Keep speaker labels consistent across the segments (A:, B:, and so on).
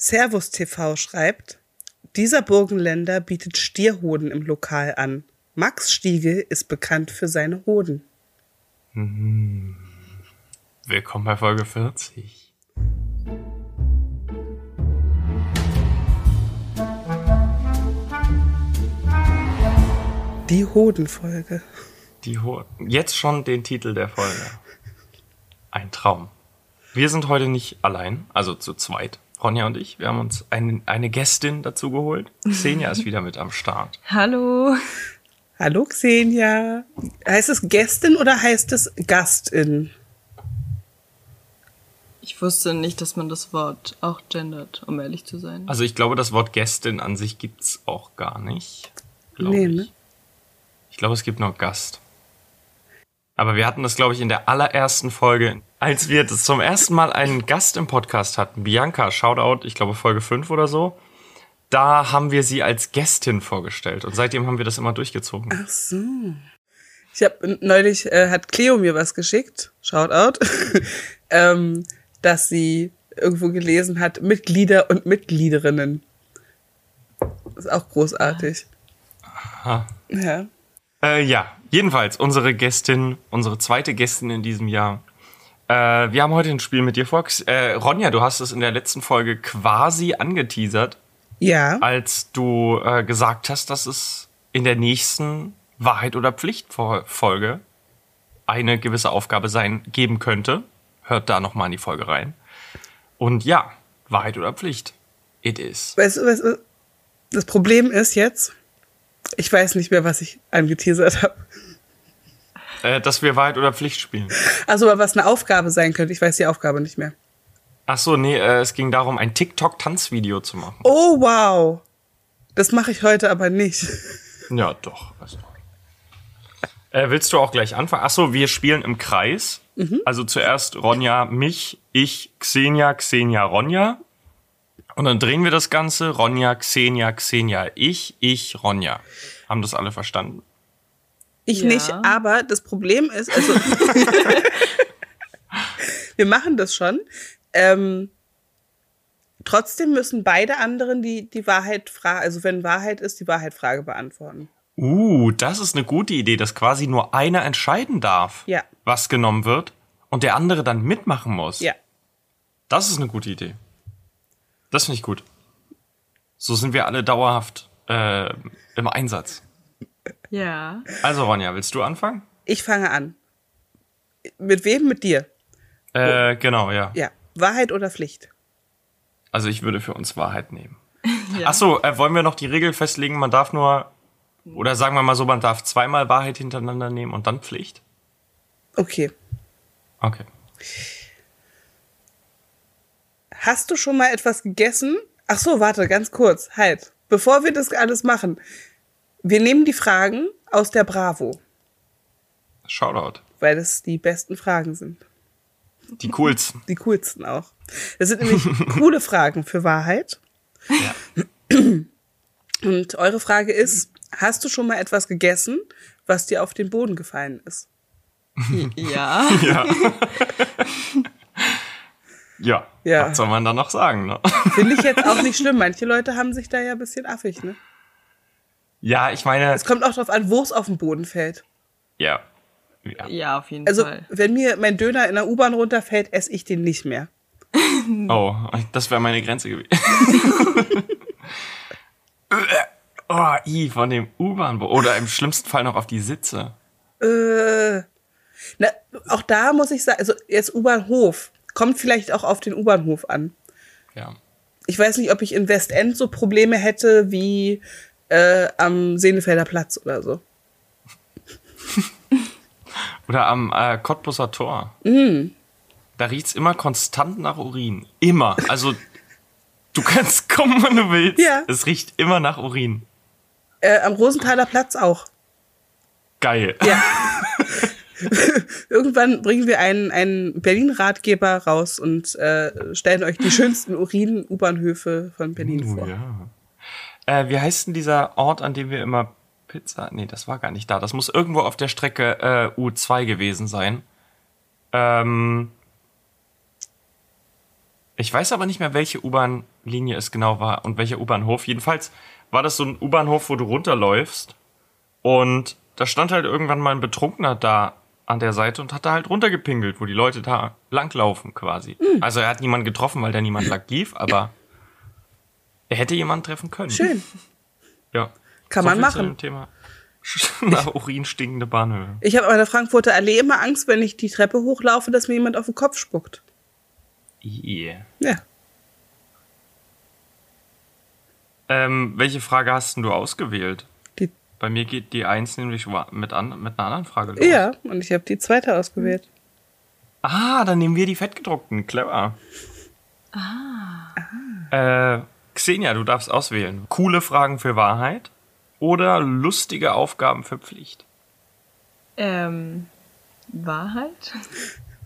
A: Servus TV schreibt, dieser Burgenländer bietet Stierhoden im Lokal an. Max Stiegel ist bekannt für seine Hoden.
B: Willkommen bei Folge 40.
A: Die Hodenfolge.
B: Die Ho Jetzt schon den Titel der Folge. Ein Traum. Wir sind heute nicht allein, also zu zweit. Ronja und ich, wir haben uns einen, eine Gästin dazu geholt. Xenia ist wieder mit am Start.
C: Hallo.
A: Hallo Xenia. Heißt es Gästin oder heißt es Gastin?
C: Ich wusste nicht, dass man das Wort auch gendert, um ehrlich zu sein.
B: Also ich glaube, das Wort Gästin an sich gibt's auch gar nicht. Glaub
A: Nee,
B: ich.
A: ne?
B: ich glaube, es gibt nur Gast. Aber wir hatten das, glaube ich, in der allerersten Folge, als wir das zum ersten Mal einen Gast im Podcast hatten. Bianca, Shoutout, ich glaube Folge 5 oder so. Da haben wir sie als Gästin vorgestellt und seitdem haben wir das immer durchgezogen.
A: Ach so. Ich habe neulich äh, hat Cleo mir was geschickt. Shoutout, ähm, dass sie irgendwo gelesen hat Mitglieder und Mitgliederinnen. Ist auch großartig. Ja.
B: Äh, ja, jedenfalls unsere Gästin, unsere zweite Gästin in diesem Jahr. Äh, wir haben heute ein Spiel mit dir vor. X- Äh, Ronja, du hast es in der letzten Folge quasi angeteasert,
A: Ja.
B: als du äh, gesagt hast, dass es in der nächsten Wahrheit oder Pflichtfolge eine gewisse Aufgabe sein geben könnte. Hört da nochmal in die Folge rein. Und ja, Wahrheit oder Pflicht. It is.
A: Weißt du, weißt du, das Problem ist jetzt, ich weiß nicht mehr, was ich angeteasert habe.
B: Äh, dass wir Wahrheit oder Pflicht spielen.
A: Also aber was eine Aufgabe sein könnte, ich weiß die Aufgabe nicht mehr.
B: Ach so, nee, äh, es ging darum, ein TikTok-Tanzvideo zu machen.
A: Oh wow. Das mache ich heute aber nicht.
B: Ja, doch. Also. Äh, willst du auch gleich anfangen? Achso, wir spielen im Kreis.
A: Mhm.
B: Also zuerst Ronja, mich, ich, Xenia, Xenia, Ronja. Und dann drehen wir das Ganze. Ronja, Xenia, Xenia, ich, ich, Ronja. Haben das alle verstanden?
A: Ich
C: Ja.
A: nicht, aber das Problem ist, also wir machen das schon. Ähm, trotzdem müssen beide anderen die, die Wahrheit fragen, also wenn Wahrheit ist, die Wahrheit-Frage beantworten.
B: Uh, das ist eine gute Idee, dass quasi nur einer entscheiden darf,
A: Ja.
B: was genommen wird und der andere dann mitmachen muss.
A: Ja.
B: Das ist eine gute Idee. Das finde ich gut. So sind wir alle dauerhaft äh, im Einsatz.
C: Ja.
B: Also Ronja, willst du anfangen?
A: Ich fange an. Mit wem? Mit dir.
B: Äh, genau, ja.
A: Ja. Wahrheit oder Pflicht?
B: Also ich würde für uns Wahrheit nehmen.
C: ja.
B: Ach so, äh, wollen wir noch die Regel festlegen, man darf nur, oder sagen wir mal so, man darf zweimal Wahrheit hintereinander nehmen und dann Pflicht?
A: Okay.
B: Okay.
A: Hast du schon mal etwas gegessen? Ach so, warte, ganz kurz. Halt. Bevor wir das alles machen, wir nehmen die Fragen aus der Bravo,
B: Shoutout.
A: weil das die besten Fragen sind.
B: Die coolsten.
A: Die coolsten auch. Das sind nämlich coole Fragen für Wahrheit. Und eure Frage ist, hast du schon mal etwas gegessen, was dir auf den Boden gefallen ist?
C: ja.
B: Ja.
A: Ja.
B: Was soll man da noch sagen, ne?
A: Finde ich jetzt auch nicht schlimm. Manche Leute haben sich da ja ein bisschen affig, ne?
B: Ja, ich meine,
A: Es kommt auch drauf an, wo es auf den Boden fällt.
B: ja. ja.
C: Ja, auf jeden
A: Also,
C: Fall.
A: wenn mir mein Döner in der U-Bahn runterfällt, esse ich den nicht mehr.
B: Oh, das wäre meine Grenze gewesen. oh, i, von dem U-Bahn. Oder im schlimmsten Fall noch auf die Sitze.
A: Äh, na, auch da muss ich sagen, also jetzt U-Bahnhof. Kommt vielleicht auch auf den U-Bahnhof an.
B: Ja.
A: ich weiß nicht, ob ich in Westend so Probleme hätte wie äh, am Senefelder Platz oder so.
B: Oder am äh, Cottbusser Tor. Da riecht's immer konstant nach Urin. Immer. Also, du kannst kommen, wenn du willst.
A: Ja.
B: Es riecht immer nach Urin.
A: Äh, am Rosenthaler Platz auch.
B: Geil.
A: Ja. Irgendwann bringen wir einen, einen Berlin-Ratgeber raus und äh, stellen euch die schönsten Urin-U-Bahnhöfe von Berlin
B: Oh,
A: vor.
B: ja. Äh, wie heißt denn dieser Ort, an dem wir immer Pizza. Nee, das war gar nicht da. Das muss irgendwo auf der Strecke äh, U2 gewesen sein. Ähm. Ich weiß aber nicht mehr, welche U-Bahn-Linie es genau war und welcher U-Bahnhof. Jedenfalls war das so ein U-Bahnhof, wo du runterläufst und da stand halt irgendwann mal ein Betrunkener da an der Seite und hat da halt runtergepinkelt, wo die Leute da langlaufen quasi.
A: Hm.
B: Also er hat niemanden getroffen, weil da niemand lang lief, aber er hätte jemanden treffen können.
A: Schön.
B: Ja.
A: Kann man
B: viel
A: machen.
B: Zu dem Thema nach Urin stinkende Bahnhöhe.
A: Ich habe an der Frankfurter Allee immer Angst, wenn ich die Treppe hochlaufe, dass mir jemand auf den Kopf spuckt.
B: Yeah.
A: Ja.
B: Ähm, welche Frage hast denn du ausgewählt?
A: Die,
B: Bei mir geht die eins nämlich wa- mit, an, mit einer anderen Frage los.
A: ja, und ich habe die zweite ausgewählt.
B: Ah, dann nehmen wir die fettgedruckten. Clever. Ah. Äh, Xenia, du darfst auswählen. Coole Fragen für Wahrheit oder lustige Aufgaben für Pflicht.
C: Ähm, Wahrheit?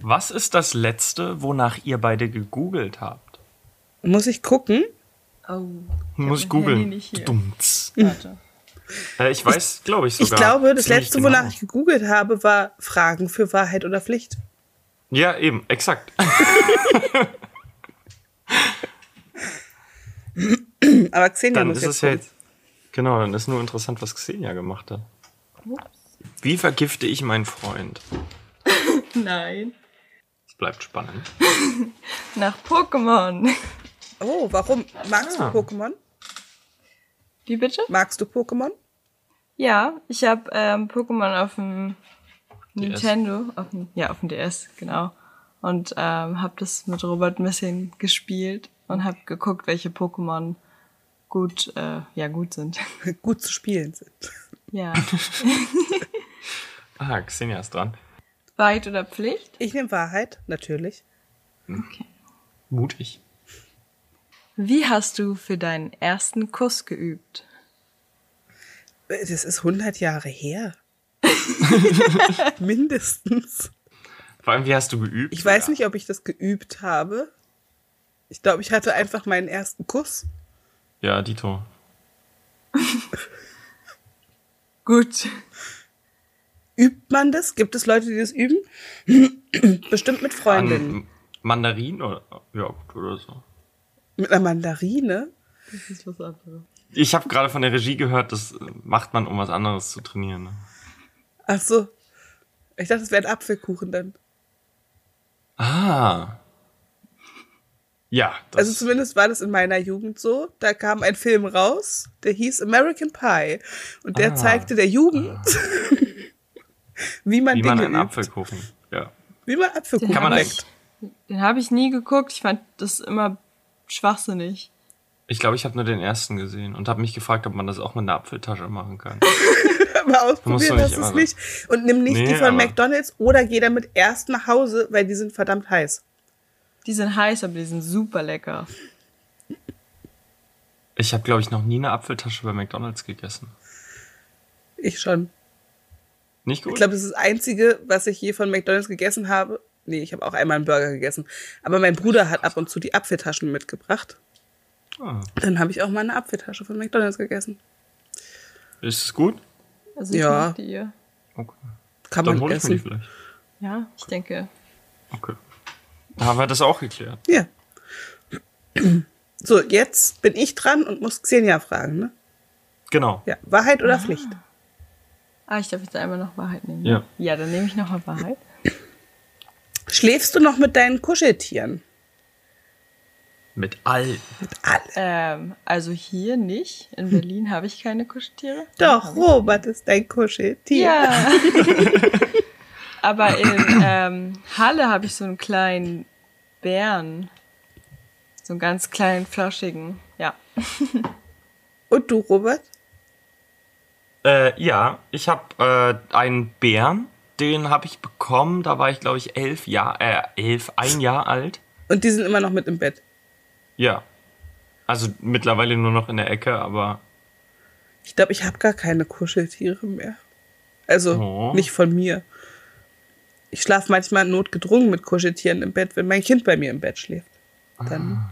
B: Was ist das Letzte, wonach ihr beide gegoogelt habt? Hm.
A: Muss ich gucken?
C: Oh.
B: Muss
C: mein
B: ich googeln.
C: Handy nicht hier.
B: Dumms.
C: Warte.
B: Äh, ich weiß, glaube ich sogar.
A: ich glaube, das
B: ziemlich
A: letzte,
B: genau.
A: wonach ich gegoogelt habe, war Fragen für Wahrheit oder Pflicht.
B: Ja, eben, exakt.
A: Aber Xenia
B: Dann
A: muss
B: ist
A: jetzt
B: es ja
A: gucken.
B: jetzt. Genau, dann ist nur interessant, was Xenia gemacht hat. Wie vergifte ich meinen Freund?
C: Nein.
B: Das bleibt spannend.
C: Nach Pokémon.
A: Oh, warum? Magst
B: Ah.
A: du Pokémon?
C: Wie bitte?
A: Magst du Pokémon?
C: Ja, ich habe ähm, Pokémon auf dem Nintendo, auf dem, ja, auf dem DS, genau. Und ähm, habe das mit Robert ein bisschen gespielt und habe geguckt, welche Pokémon gut, äh, ja, gut sind.
A: Gut zu spielen sind.
C: ja.
B: Ah, Xenia ist dran.
C: Wahrheit oder Pflicht?
A: Ich nehme Wahrheit, natürlich.
B: Mutig.
C: Wie hast du für deinen ersten Kuss geübt?
A: Das ist 100 Jahre her. Mindestens.
B: Vor allem, wie hast du geübt?
A: Ich weiß nicht, ob ich das geübt habe. Ich glaube, ich hatte einfach meinen ersten Kuss.
B: Ja, Dito.
C: Gut.
A: Übt man das? Gibt es Leute, die das üben? Bestimmt mit Freundinnen.
B: An Mandarin oder, ja, gut, oder so.
A: Mit einer Mandarine?
C: Das ist was anderes.
B: Ich habe gerade von der Regie gehört, das macht man, um was anderes zu trainieren. Ne?
A: Ach so. Ich dachte, es wäre ein Apfelkuchen dann.
B: Ah. Ja, das
A: also zumindest war das in meiner Jugend so. Da kam ein Film raus, der hieß American Pie. Und der
B: Ah.
A: zeigte der Jugend, wie man
B: wie man
A: Dinge
B: einen
A: übt.
B: Apfelkuchen. Ja.
A: Wie man Apfelkuchen
B: Kann man
A: backt.
B: eigentlich-
C: Den habe ich nie geguckt. Ich fand das immer schwachsinnig.
B: Ich glaube, ich habe nur den ersten gesehen und habe mich gefragt, ob man das auch mit einer Apfeltasche machen kann.
A: Aber
B: musst doch
A: ausprobieren
B: nicht
A: hast du es
B: immer
A: nicht. Und nimm nicht die
B: Nee,
A: von
B: aber-
A: McDonalds oder geh damit erst nach Hause, weil die sind verdammt heiß.
C: Die sind heiß, aber die sind super lecker.
B: Ich habe, glaube ich, noch nie eine Apfeltasche bei McDonalds gegessen.
A: Ich schon.
B: Nicht gut?
A: Ich glaube, das ist das Einzige, was ich je von McDonalds gegessen habe. Nee, ich habe auch einmal einen Burger gegessen. Aber mein Bruder hat ab und zu die Apfeltaschen mitgebracht.
B: ah.
A: Dann habe ich auch mal eine Apfeltasche von McDonalds gegessen.
B: Ist es gut?
C: Also ich
A: Ja.
C: mag die ihr.
B: Okay.
A: Kann
B: Dann
A: man
B: hole ich mir die
A: essen.
B: vielleicht.
C: Ja, ich denke.
B: Okay. Da haben wir das auch geklärt.
A: Ja. So, jetzt bin ich dran und muss Xenia fragen. Ne?
B: Genau.
A: Ja, Wahrheit oder Pflicht?
C: Ah, ich darf jetzt einmal noch Wahrheit nehmen.
B: Ja.
C: ne? Ja, dann nehme ich nochmal Wahrheit.
A: Schläfst du noch mit deinen Kuscheltieren?
B: Mit all.
A: Mit alle.
C: Ähm, also hier nicht. In Berlin habe ich keine Kuscheltiere.
A: Doch, Robert ist dein Kuscheltier.
C: Ja. Aber in ähm, Halle habe ich so einen kleinen Bären. So einen ganz kleinen, flauschigen. Ja.
A: Und du, Robert?
B: Äh, ja, ich habe äh, einen Bären. Den habe ich bekommen. Da war ich, glaube ich, elf Jahr, äh, elf, ein Jahr alt.
A: Und die sind immer noch mit im Bett.
B: Ja. Also mittlerweile nur noch in der Ecke, aber
A: Ich glaube, ich habe gar keine Kuscheltiere mehr. Also
B: Oh.
A: nicht von mir. Ich schlafe manchmal notgedrungen mit Kuscheltieren im Bett, wenn mein Kind bei mir im Bett schläft.
B: Ah.
A: Dann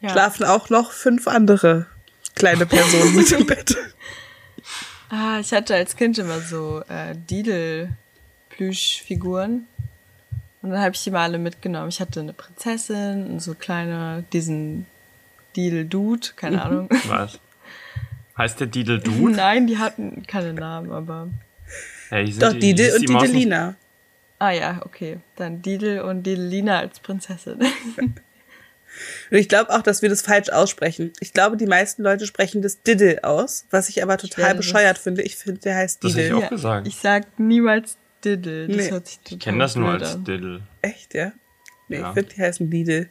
C: ja.
A: schlafen auch noch fünf andere kleine Personen mit im Bett.
C: Ah, ich hatte als Kind immer so äh, Didel-Plüschfiguren. Und dann habe ich die mal alle mitgenommen. Ich hatte eine Prinzessin und so kleine, diesen Deal Dude, keine Ahnung.
B: Was? Heißt der Didel Dude?
C: Nein, die hatten keine Namen, aber.
B: Hey, sind
A: Doch, Didel
B: ist
A: und
B: Maus nicht-
A: Didelina.
C: Ah ja, okay. Dann Didel und Didelina als Prinzessin.
A: Und ich glaube auch, dass wir das falsch aussprechen. Ich glaube, die meisten Leute sprechen das Diddle aus, was ich aber
C: werde
A: total
C: das-
A: bescheuert finde. Ich finde, der heißt
B: Das hätte ich
A: Diddle.
B: auch gesagt.
C: Ich sag niemals Diddle. Das
A: Nee.
C: hört sich total
B: Ich kenne das nur
C: blöd
B: als
C: an.
B: Diddle.
A: Echt, ja? Nee,
B: Ja.
A: ich finde, die heißen Diddle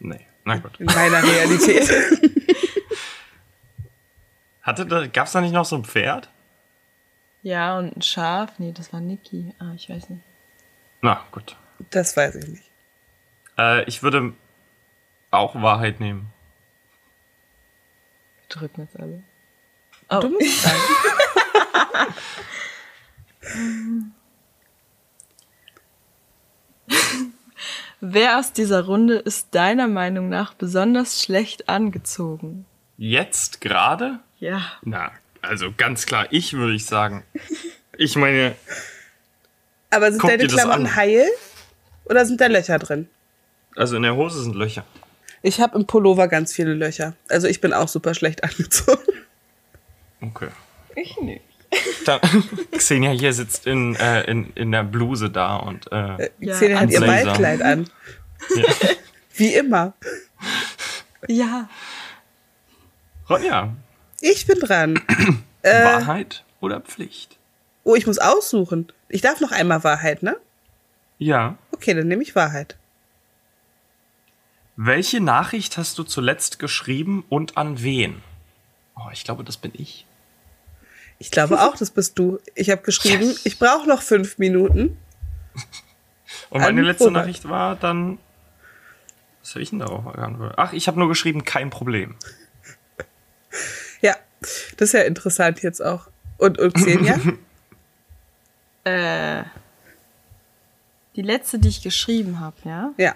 B: Nee. Na gut.
A: in meiner Realität.
B: Hatte da, gab's da nicht noch so ein Pferd?
C: Ja, und ein Schaf. Nee, das war Niki. Ah, ich weiß nicht.
B: Na gut.
A: das weiß ich nicht.
B: Äh, ich würde auch Wahrheit nehmen.
C: Wir drücken jetzt alle. Oh.
A: Du musst sagen.
C: Wer aus dieser Runde ist deiner Meinung nach besonders schlecht angezogen?
B: Jetzt gerade?
C: Ja.
B: Na, also ganz klar, ich würde ich sagen. Ich meine,
A: Aber sind
B: Guck
A: deine
B: dir das
A: Klamotten
B: an.
A: heil? Oder sind da Löcher drin?
B: also in der Hose sind Löcher.
A: Ich habe im Pullover ganz viele Löcher. Also ich bin auch super schlecht angezogen.
B: Okay.
C: Ich nicht.
B: Dann, Xenia hier sitzt in, äh, in, in der Bluse da und äh,
A: Ja,
C: Ja,
A: Xenia hat halt ihr
B: Blazer.
A: Ballkleid an.
B: ja.
A: Wie immer.
C: Ja.
B: Ronja,
A: Ich bin dran. Äh.
B: Wahrheit oder Pflicht?
A: Oh, ich muss aussuchen. Ich darf noch einmal Wahrheit, ne?
B: Ja.
A: Okay, dann nehme ich Wahrheit.
B: Welche Nachricht hast du zuletzt geschrieben und an wen? Oh, ich glaube, das bin ich.
A: Ich glaube auch, das bist du. Ich habe geschrieben, ich brauche noch fünf Minuten.
B: Und meine
A: An
B: letzte
A: Robert.
B: Nachricht war dann. Was habe ich denn darauf geantwortet? Ach, ich habe nur geschrieben, kein Problem.
A: Ja, das ist ja interessant jetzt auch. Und, und Xenia?
C: Äh. Die letzte, die ich geschrieben habe, ja?
A: ja.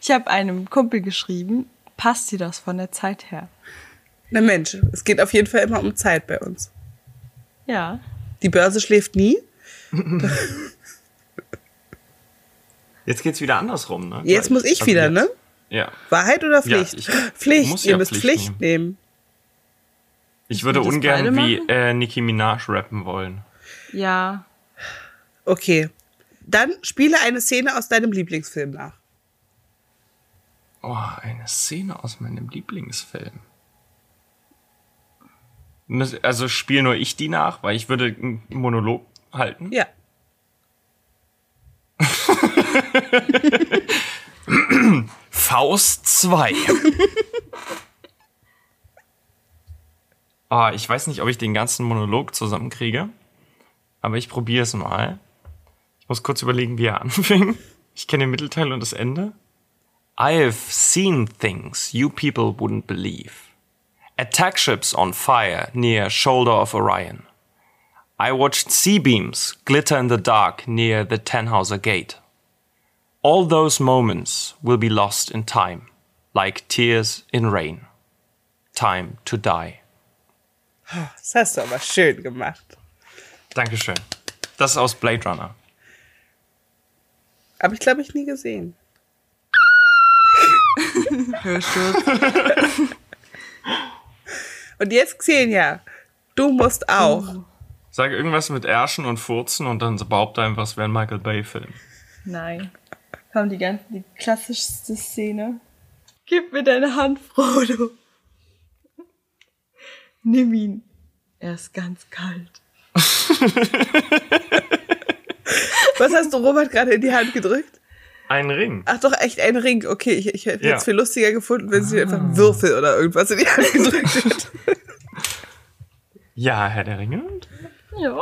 C: Ich habe einem Kumpel geschrieben, passt dir das von der Zeit her?
A: Na Mensch, es geht auf jeden Fall immer um Zeit bei uns.
C: Ja.
A: Die Börse schläft nie.
B: Jetzt geht's wieder andersrum, ne?
A: Jetzt
B: Gleich.
A: muss ich
B: Also
A: wieder,
B: jetzt.
A: ne?
B: Ja.
A: Wahrheit oder
B: Ja,
A: Pflicht?
B: ich
A: Pflicht,
B: muss
A: ihr
B: ja
A: müsst
B: Pflicht
A: Pflicht nehmen.
B: Ich würde
C: wir das
B: ungern
C: beide
B: wie
C: machen?
B: äh, Nicki Minaj rappen wollen.
C: Ja.
A: Okay. Dann spiele eine Szene aus deinem Lieblingsfilm nach.
B: Oh, eine Szene aus meinem Lieblingsfilm. Müs- Also spiel nur ich die nach, weil ich würde einen Monolog halten.
A: Ja.
B: Faust 2. Ah, ich weiß nicht, ob ich den ganzen Monolog zusammenkriege, aber ich probiere es mal. Ich muss kurz überlegen, wie er anfing. Ich kenne den Mittelteil und das Ende. I've seen things you people wouldn't believe. Attack ships on fire near shoulder of Orion. I watched sea beams glitter in the dark near the Tannhauser Gate. All those moments will be lost in time, like tears in rain. Time to die.
A: Das hast du aber schön gemacht.
B: Dankeschön. Das ist aus Blade Runner.
A: Aber ich glaube, ich nie gesehen.
C: Hörsturz.
A: Und jetzt Xenia, du musst auch.
B: Sag irgendwas mit Ärschen und Furzen und dann behaupte einfach, es wäre ein Michael Bay-Film.
C: Nein. Komm, die, ganz, die klassischste Szene. Gib mir deine Hand, Frodo. Nimm ihn. Er ist ganz kalt.
A: Was hast du Robert gerade in die Hand gedrückt?
B: Ein Ring.
A: Ach doch, echt ein Ring. Okay, ich, ich hätte
B: Ja.
A: es viel lustiger gefunden, wenn sie einfach einen Würfel oder irgendwas in die Hand gedrückt hätte.
B: Ja, Herr der Ringe?
C: Ja.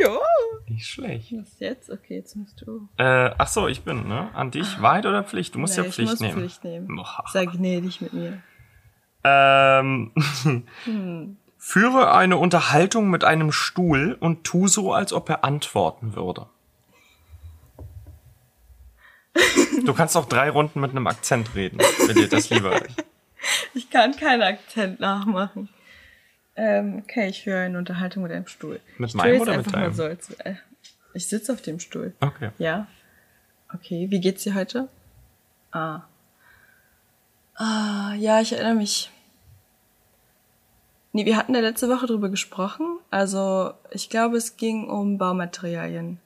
A: ja.
B: Nicht schlecht.
C: Was jetzt? Okay, jetzt musst du.
B: Äh, ach so, ich bin, ne? An dich, Wahrheit oder Pflicht? Du musst
C: Nee,
B: ja
C: ich
B: Pflicht
C: muss
B: nehmen.
C: Pflicht nehmen.
B: Boah.
C: Sei gnädig mit mir.
B: Ähm,
C: Hm.
B: Führe eine Unterhaltung mit einem Stuhl und tu so, als ob er antworten würde. Du kannst auch drei Runden mit einem Akzent reden, wenn dir das lieber ist.
C: Ich kann keinen Akzent nachmachen. Ähm, okay, ich höre eine Unterhaltung mit einem Stuhl.
B: Mit
C: ich tue
B: meinem
C: jetzt
B: oder mit
C: einfach
B: deinem?
C: Mal so, als, äh, Ich sitze auf dem Stuhl.
B: Okay.
C: Ja. Okay, wie geht's dir heute? Ah. Ah, ja, ich erinnere mich. Nee, wir hatten da letzte Woche drüber gesprochen. Also, ich glaube, es ging um Baumaterialien.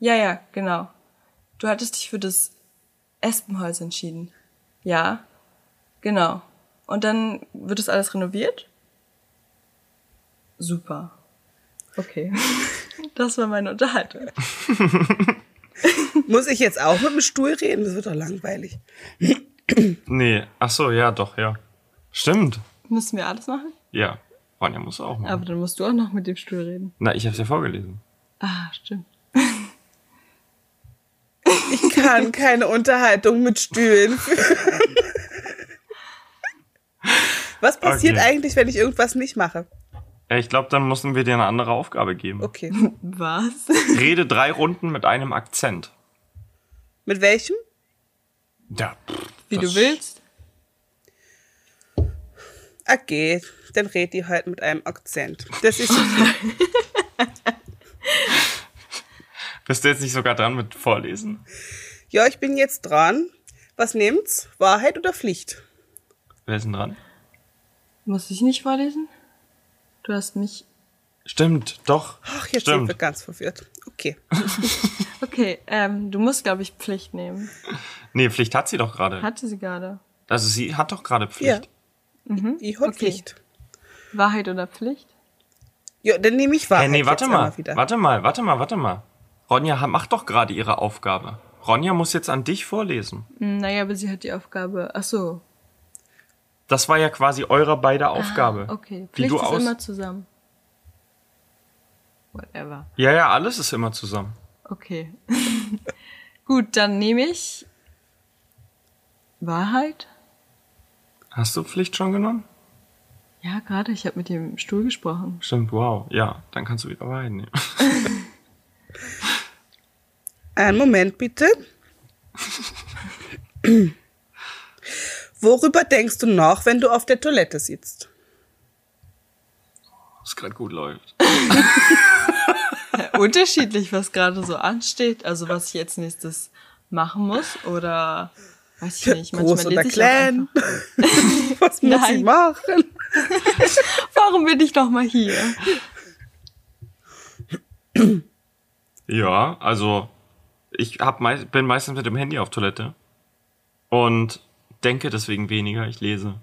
C: Ja, ja, genau. Du hattest dich für das Espenholz entschieden. Ja, genau. Und dann wird das alles renoviert? Super. Okay. Das war meine Unterhaltung.
A: Muss ich jetzt auch mit dem Stuhl reden? Das wird doch langweilig.
B: Nee, ach so, ja, doch, ja. Stimmt.
C: Müssen wir alles machen?
B: Ja. Ronja muss auch mal.
C: Aber dann musst du auch noch mit dem Stuhl reden.
B: Na, ich hab's ja vorgelesen.
C: Ah, stimmt.
A: Ich kann keine Unterhaltung mit Stühlen. führen. Was passiert
B: Okay.
A: eigentlich, wenn ich irgendwas nicht mache?
B: Ja, Ich glaube, dann müssen wir dir eine andere Aufgabe geben.
A: Okay.
C: Was?
B: Rede drei Runden mit einem Akzent.
A: Mit welchem?
B: Ja. pff,
C: Wie
B: das-
C: du willst?
A: Okay, dann red die halt mit einem Akzent. Das ist okay.
B: Bist du jetzt nicht sogar dran mit Vorlesen?
A: Ja, ich bin jetzt dran. Was nehmt's? Wahrheit oder Pflicht?
B: Wer ist denn dran?
C: Muss ich nicht vorlesen? Du hast mich.
B: Stimmt, doch.
A: Ach, jetzt sind
B: Stimmt.
A: wir ganz verwirrt. Okay.
C: Okay, ähm, du musst, glaube ich, Pflicht nehmen.
B: Nee, Pflicht hat sie doch gerade.
C: Hatte sie gerade.
B: Also sie hat doch gerade Pflicht.
A: Ja. Ich hab
C: okay.
A: Pflicht.
C: Wahrheit oder Pflicht?
A: Ja, dann nehme ich Wahrheit.
B: Äh, nee, warte
A: jetzt
B: mal.
A: einmal Wieder.
B: Warte mal, warte mal, warte mal. Ronja ha- macht doch gerade ihre Aufgabe. Ronja muss jetzt an dich vorlesen.
C: Hm, Naja, aber sie hat die Aufgabe. Ach so.
B: Das war ja quasi eure
A: Ah,
B: beide Aufgabe.
C: Okay,
B: Wie
C: Pflicht
B: du
C: ist
B: aus.
C: immer zusammen. Whatever.
B: Ja, ja, alles ist immer zusammen.
C: Okay. Gut, dann nehme ich Wahrheit.
B: Hast du Pflicht schon genommen?
C: Ja, gerade, ich habe mit dem Stuhl gesprochen.
B: Stimmt, wow. Ja, dann kannst du wieder Wahrheit nehmen.
A: Einen Moment bitte. Worüber denkst du noch, wenn du auf der Toilette sitzt?
B: Was gerade gut läuft.
C: Unterschiedlich, was gerade so ansteht, also was ich jetzt nächstes machen muss oder weiß ich nicht, manchmal
A: Groß oder
C: lese ich auch
A: klein?
C: einfach.
A: Was muss ich
C: Nein.
A: machen?
C: Warum bin ich noch mal hier?
B: Ja, also ich hab mei bin meistens mit dem Handy auf Toilette und denke deswegen weniger, ich lese.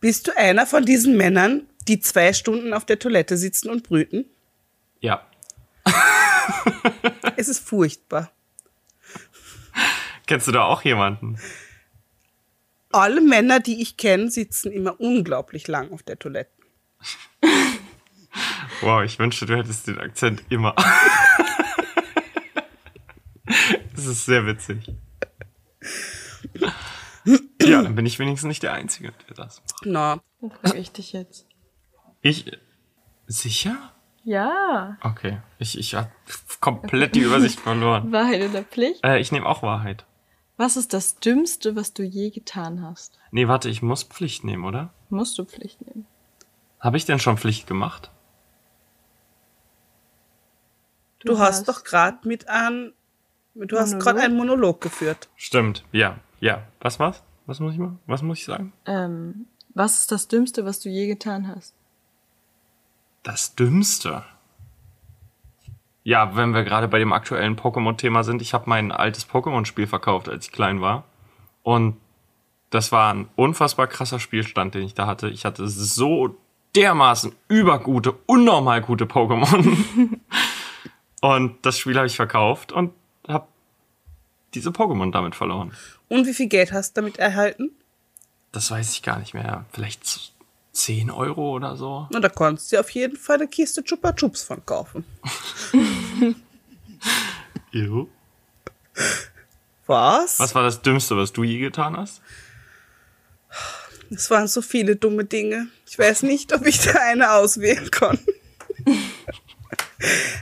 A: Bist du einer von diesen Männern, die zwei Stunden auf der Toilette sitzen und brüten?
B: Ja,
A: Es ist furchtbar.
B: kennst du da auch jemanden?
A: Alle Männer, die ich kenne, sitzen immer unglaublich lang auf der Toilette.
B: Wow, ich wünschte, du hättest den Akzent immer. das ist sehr witzig. Ja, dann bin ich wenigstens nicht der Einzige, der das macht.
A: Na,
C: Dann frage ich dich jetzt.
B: Ich. Sicher?
C: Ja,
B: Okay. Ich, ich hab komplett die Übersicht verloren.
C: Wahrheit oder Pflicht?
B: Äh, ich nehme auch Wahrheit.
C: Was ist das Dümmste, was du je getan hast?
B: Nee, warte, ich muss Pflicht nehmen, oder?
C: Musst du Pflicht nehmen?
B: Habe ich denn schon Pflicht gemacht?
A: du, hast doch gerade mit an, du hast
C: Monolog?
A: gerade einen Monolog geführt.
B: Stimmt, ja, ja. Was was? Was muss ich machen? Was muss ich sagen?
C: Ähm, was ist das Dümmste, was du je getan hast?
B: Das Dümmste. Ja, wenn wir gerade bei dem aktuellen Pokémon-Thema sind, ich habe mein altes Pokémon-Spiel verkauft, als ich klein war. Und das war ein unfassbar krasser Spielstand, den ich da hatte. Ich hatte so dermaßen übergute, unnormal gute Pokémon. und das Spiel habe ich verkauft und habe diese Pokémon damit verloren.
A: Und wie viel Geld hast du damit erhalten?
B: Das weiß ich gar nicht mehr. Vielleicht 10 Euro oder so.
A: Na, da konntest du dir auf jeden Fall eine Kiste Chupa Chups von kaufen.
B: Jo.
A: Was?
B: Was war das Dümmste, was du je getan hast?
A: Es waren so viele dumme Dinge. Ich weiß nicht, ob ich da eine auswählen kann.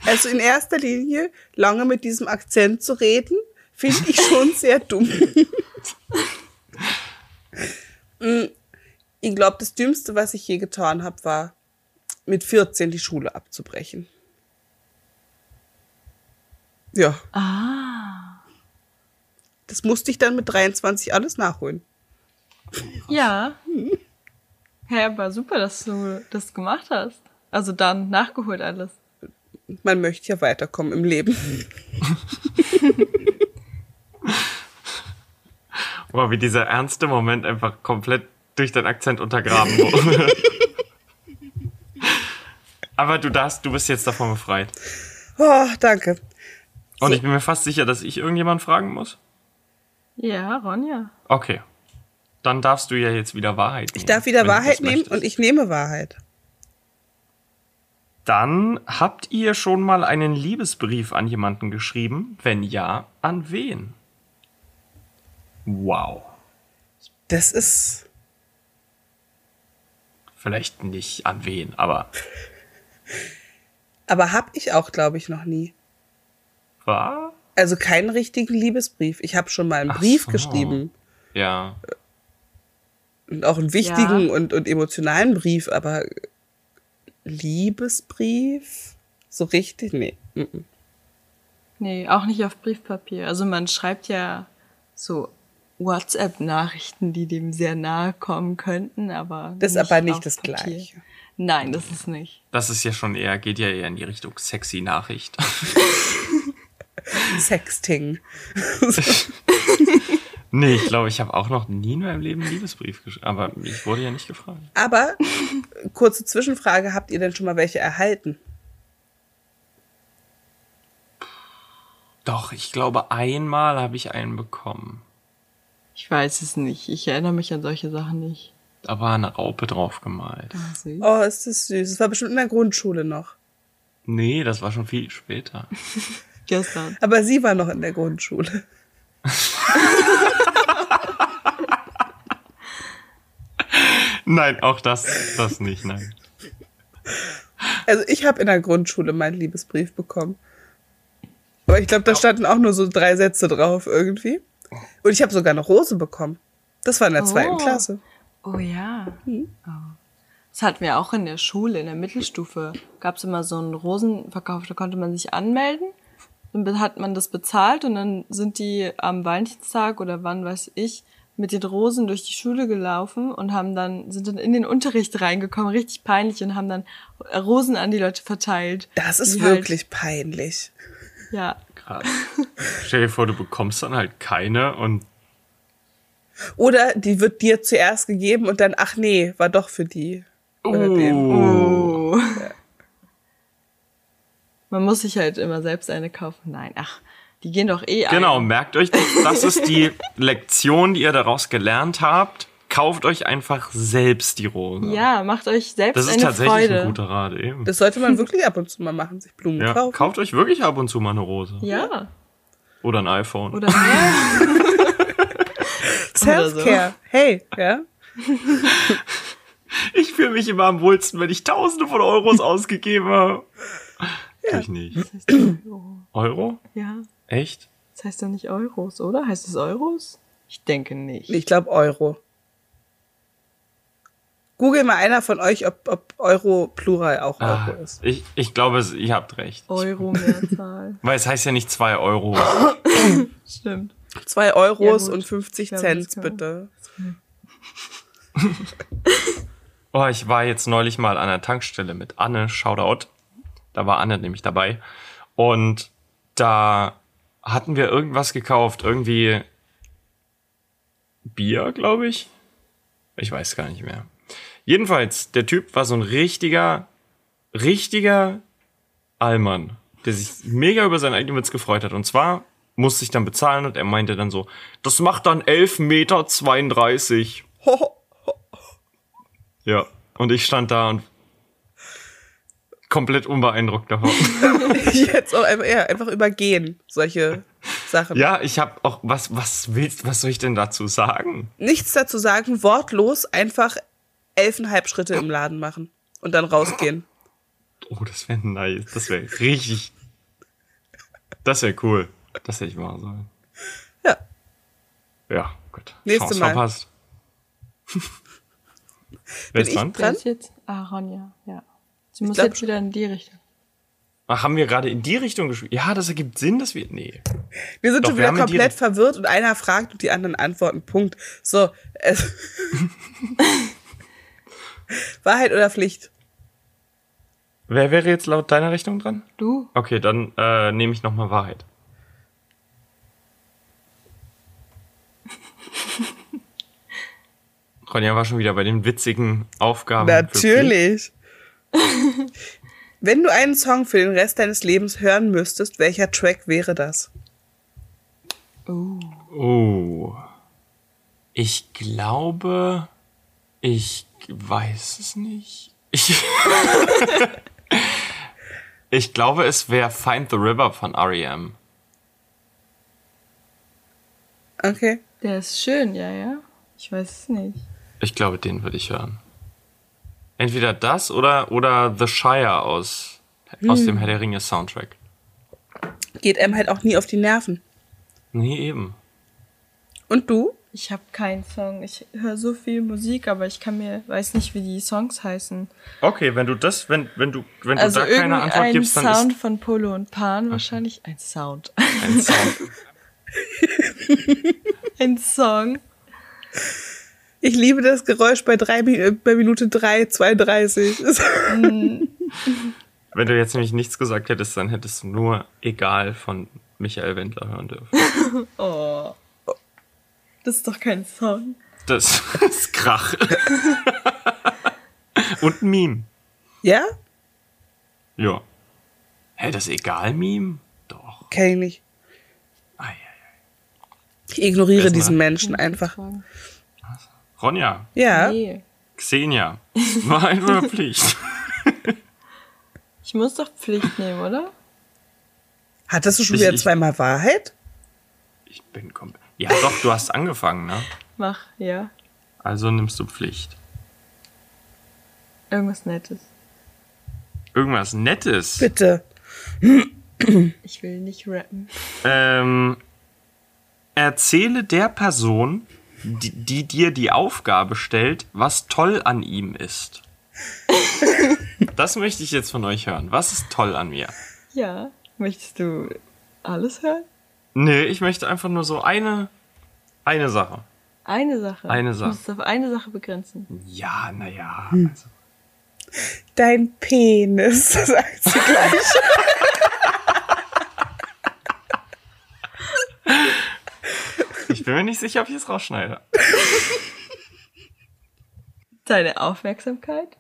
A: Also in erster Linie lange mit diesem Akzent zu reden, finde ich schon sehr dumm. Mm, ich glaube, das Dümmste, was ich je getan habe, war mit 14 die Schule abzubrechen. Ja,
C: Ah.
A: das musste ich dann mit 23 alles nachholen.
C: Ja. Hä, aber super, dass du das gemacht hast. Also dann nachgeholt alles.
A: Man möchte ja weiterkommen im Leben.
B: Wow, wie dieser ernste Moment einfach komplett durch deinen Akzent untergraben wurde. Aber du darfst, du bist jetzt davon befreit.
A: Oh, danke.
B: Und ich bin mir fast sicher, dass ich irgendjemand fragen muss.
C: Ja, Ronja.
B: Okay. Dann darfst du ja jetzt wieder Wahrheit nehmen.
A: Ich darf wieder
B: wenn du das
A: Wahrheit nehmen
B: möchtest.
A: und ich nehme Wahrheit.
B: Dann habt ihr schon mal einen Liebesbrief an jemanden geschrieben? Wenn ja, an wen? Wow.
A: Das ist.
B: Vielleicht nicht an wen, aber
A: Aber hab ich auch, glaube ich, noch nie.
B: war?
A: Also keinen richtigen Liebesbrief. Ich habe schon mal einen
B: Ach
A: Brief
B: so.
A: geschrieben.
B: Ja.
A: Und auch einen wichtigen
C: Ja.
A: und, und emotionalen Brief, aber Liebesbrief? So richtig? Nee. mhm.
C: Nee, auch nicht auf Briefpapier. Also man schreibt ja so WhatsApp-Nachrichten, die dem sehr nahe kommen könnten, aber.
A: Das ist aber nicht
C: auf
A: das
C: Papier.
A: Gleiche.
C: Nein, das ist nicht.
B: Das ist ja schon eher, geht ja eher in die Richtung sexy Nachricht.
A: Sexting.
B: nee, ich glaube, ich habe auch noch nie in meinem Leben einen Liebesbrief geschrieben. Aber ich wurde ja nicht gefragt.
A: Aber kurze Zwischenfrage, habt ihr denn schon mal welche erhalten?
B: Doch, ich glaube, einmal habe ich einen bekommen.
C: Ich weiß es nicht. Ich erinnere mich an solche Sachen nicht.
B: Da war eine Raupe drauf gemalt.
C: Ah, süß.
A: Oh, ist das süß. Das war bestimmt in der Grundschule noch.
B: Nee, das war schon viel später.
C: Gestern.
A: Aber sie war noch in der Grundschule.
B: Nein, auch das, das nicht, nein.
A: Also ich habe in der Grundschule meinen Liebesbrief bekommen. Aber ich glaube, da standen auch nur so drei Sätze drauf irgendwie. Und ich habe sogar eine Rose bekommen. Das war in der zweiten
C: Oh.
A: Klasse.
C: Oh ja.
A: Mhm.
C: Oh. Das hatten wir auch in der Schule, in der Mittelstufe. gab's immer so einen Rosenverkauf, da konnte man sich anmelden. Dann be- hat man das bezahlt und dann sind die am Valentinstag oder wann weiß ich mit den Rosen durch die Schule gelaufen und haben dann, sind dann in den Unterricht reingekommen, richtig peinlich und haben dann Rosen an die Leute verteilt.
A: Das ist
C: Die halt-
A: wirklich peinlich.
C: Ja.
B: Krass. Stell dir vor, du bekommst dann halt keine und
A: Oder die wird dir zuerst gegeben und dann, ach nee, war doch für die. Oder den.
C: Oh. Man muss sich halt immer selbst eine kaufen. Nein, ach, die gehen doch eh
B: Genau,
C: ein.
B: merkt euch, das Das ist die Lektion, die ihr daraus gelernt habt. Kauft euch einfach selbst die Rose.
C: Ja, macht euch selbst
B: Das ist
C: eine
B: tatsächlich
C: Freude.
B: ein guter Rat eben.
A: Das sollte man wirklich ab und zu mal machen, sich Blumen
B: Ja,
A: kaufen.
B: kauft euch wirklich ab und zu mal eine Rose.
C: ja,
B: Oder ein iPhone.
C: oder mehr.
A: Self-Care. Hey, ja.
B: ich fühle mich immer am wohlsten, wenn ich Tausende von Euros ausgegeben habe. Tue ich nicht.
C: Das heißt Euro.
B: Euro?
C: Ja,
B: Echt?
C: das heißt doch nicht Euros, oder? Heißt es Euros? Ich denke nicht.
A: Ich glaube Euro. Google mal einer von euch, ob, ob Euro Plural auch Euro
B: Ah,
A: ist.
B: ich, ich glaube, es- ihr habt recht.
C: Euro Mehrzahl.
B: Weil es heißt ja nicht zwei Euro.
C: Stimmt.
A: Zwei Euros
C: Ja, gut.
A: und 50
C: Ich glaube, das
A: Cent,
C: kann man-
A: bitte.
B: Oh, ich war jetzt neulich mal an der Tankstelle mit Anne, Shoutout. Da war Anne nämlich dabei. Und da hatten wir irgendwas gekauft, irgendwie Bier, glaube ich. Ich weiß gar nicht mehr. Jedenfalls, der Typ war so ein richtiger, richtiger Allmann, der sich mega über seinen eigenen Witz gefreut hat. Und zwar musste ich dann bezahlen und er meinte dann so, das macht dann 11,32 Meter.
A: Ho,
B: Ja. Und ich stand da und komplett unbeeindruckt davon.
A: jetzt auch einfach, ja, einfach übergehen, solche Sachen.
B: ja, ich habe auch was was willst, was soll ich denn dazu sagen?
A: Nichts dazu sagen, wortlos einfach elfeinhalb Schritte im Laden machen und dann rausgehen.
B: Oh, das wäre nice, das wäre richtig. Das wäre cool. Das hätte ich machen sollen.
A: Ja.
B: Ja, gut.
A: Nächste
B: Chance
A: Mal.
B: verpasst. Wer
A: ich
B: ist dran?
A: dran?
C: Wer ist jetzt? Ah, Ronja, ja. Sie muss
A: glaub
C: jetzt wieder in die Richtung.
B: Ach, haben wir gerade in die Richtung gespielt? Ja, das ergibt Sinn, dass wir. Nee.
A: Wir sind
B: Doch,
A: schon
B: wir
A: wieder
B: haben in die
A: komplett
B: Ri-
A: verwirrt und einer fragt und die anderen antworten. Punkt. So. äh, Es Wahrheit oder Pflicht?
B: Wer wäre jetzt laut deiner Richtung dran?
C: Du?
B: Okay, dann äh, nehme ich nochmal Wahrheit. Ronja war schon wieder bei den witzigen Aufgaben. für
A: Natürlich. Wenn du einen Song für den Rest deines Lebens hören müsstest, welcher Track wäre das?
B: Pflicht. Oh. Ich glaube, ich weiß es nicht. Ich, ich glaube, es wäre Find the River von E R.E.M.
A: Okay.
C: Der ist schön, ja, ja. Ich weiß es nicht.
B: Ich glaube, den würde ich hören. Entweder das oder, oder The Shire aus, aus
C: Hm.
B: dem Herr der Ringe Soundtrack.
A: Geht einem halt auch nie auf die Nerven.
B: Nee, eben.
A: Und du?
C: Ich habe keinen Song. Ich höre so viel Musik, aber ich kann mir, weiß nicht, wie die Songs heißen.
B: Okay, wenn du das, wenn, wenn du, wenn
C: Also irgendein Sound von Polo und Pan wahrscheinlich. Ein Sound.
B: ein Sound.
C: Ein Song.
A: Ich liebe das Geräusch bei, drei, Mi- äh, bei Minute 3, 32.
B: Wenn du jetzt nämlich nichts gesagt hättest, dann hättest du nur egal von Michael Wendler hören dürfen.
C: Oh. Das ist doch kein Song.
B: Das ist Krach. Und ein Meme.
A: ja?
B: Ja. Hä, das Egal-Meme? Doch.
A: Kenn ich nicht.
B: Ei, ei,
A: Ich ignoriere
B: Wissen wir.
A: diesen Menschen einfach.
B: ei. Ronja,
A: Ja.
C: Nee.
B: Xenia, war einfach Pflicht.
C: Ich muss doch Pflicht nehmen, oder?
A: Hattest du schon
B: Ich-
A: wieder
B: ich-
A: zweimal Wahrheit?
B: Ich bin komplett. Ja, doch, du hast angefangen, ne?
C: Mach, ja.
B: Also nimmst du Pflicht.
C: Irgendwas Nettes.
B: Irgendwas Nettes.
A: Bitte.
C: Ich will nicht rappen.
B: Ähm, erzähle der Person, die, die dir die Aufgabe stellt, was toll an ihm ist. Das möchte ich jetzt von euch hören. Was ist toll an mir?
C: Ja. Möchtest du alles hören?
B: Nee, ich möchte einfach nur so eine, eine Sache.
C: Eine Sache.
B: Eine Sache.
C: Du musst es auf eine Sache begrenzen.
B: Ja, naja. Also.
A: Dein Penis. Das heißt sie gleich.
B: Ich bin mir nicht sicher, ob ich es rausschneide.
C: Deine Aufmerksamkeit,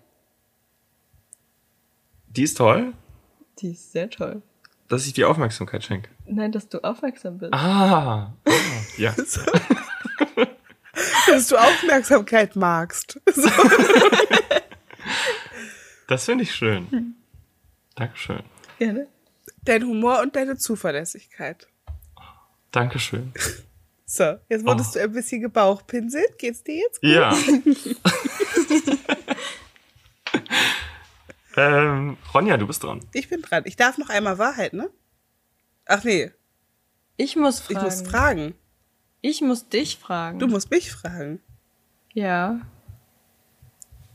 B: Die ist toll,
C: die ist sehr toll.
B: dass ich die Aufmerksamkeit schenke.
C: Nein, dass du aufmerksam bist.
B: Ah, ah, ja.
A: Dass du Aufmerksamkeit magst. So.
B: Das finde ich
A: Hm.
B: schön. Dankeschön.
C: Gerne.
A: Dein Humor und deine Zuverlässigkeit.
B: Dankeschön.
A: So, jetzt wurdest du ein bisschen gebauchpinselt. Geht's dir jetzt?
B: Oh. Ja. ähm, Ronja, du bist dran.
A: Ich bin dran. Ich darf noch einmal Wahrheit, ne? Ach nee,
C: Ich muss
A: ich
C: fragen.
A: muss fragen.
C: Ich muss dich fragen.
A: Du musst mich fragen.
C: ja.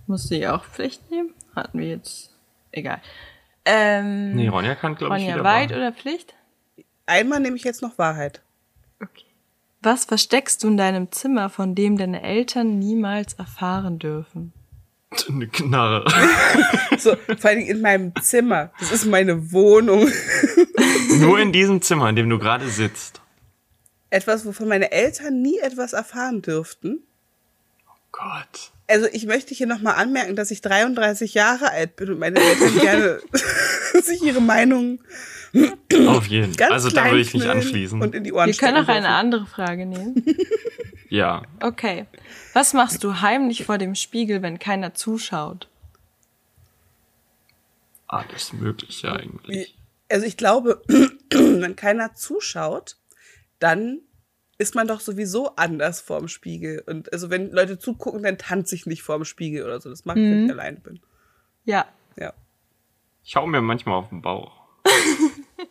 C: Musst du ihr auch Pflicht nehmen? Hatten wir jetzt. Egal. Ähm,
B: Nee, Ronja kann, glaube ich,
C: Ronja,
B: wieder
C: Weit
B: machen.
C: oder Pflicht?
A: Einmal nehme ich jetzt noch Wahrheit.
C: Okay. Was versteckst du in deinem Zimmer, von dem deine Eltern niemals erfahren dürfen?
B: Eine Knarre.
A: So, vor allem in meinem Zimmer. Das ist meine Wohnung.
B: Nur in diesem Zimmer, in dem du gerade sitzt.
A: Etwas, wovon meine Eltern nie etwas erfahren dürften.
B: Gott.
A: Also ich möchte hier nochmal anmerken, dass ich 33 Jahre alt bin und meine Eltern gerne sich ihre Meinung
B: Auf jeden Fall.
A: ganz
B: Also da
A: klein
B: würde ich mich
A: knüllen Und
B: anschließen.
A: in die Ohren
C: Wir
A: stecken
C: können auch eine
A: dürfen.
C: andere Frage nehmen.
B: Ja.
C: Okay. Was machst du heimlich vor dem Spiegel, wenn keiner zuschaut?
B: Alles Mögliche eigentlich.
A: Also ich glaube, wenn keiner zuschaut, dann ist man doch sowieso anders vorm Spiegel. Und also wenn Leute zugucken, dann tanze ich nicht vorm Spiegel oder so. Das mache ich, wenn ich alleine bin.
C: Ja.
A: Ja.
B: Ich hau mir manchmal auf den Bauch.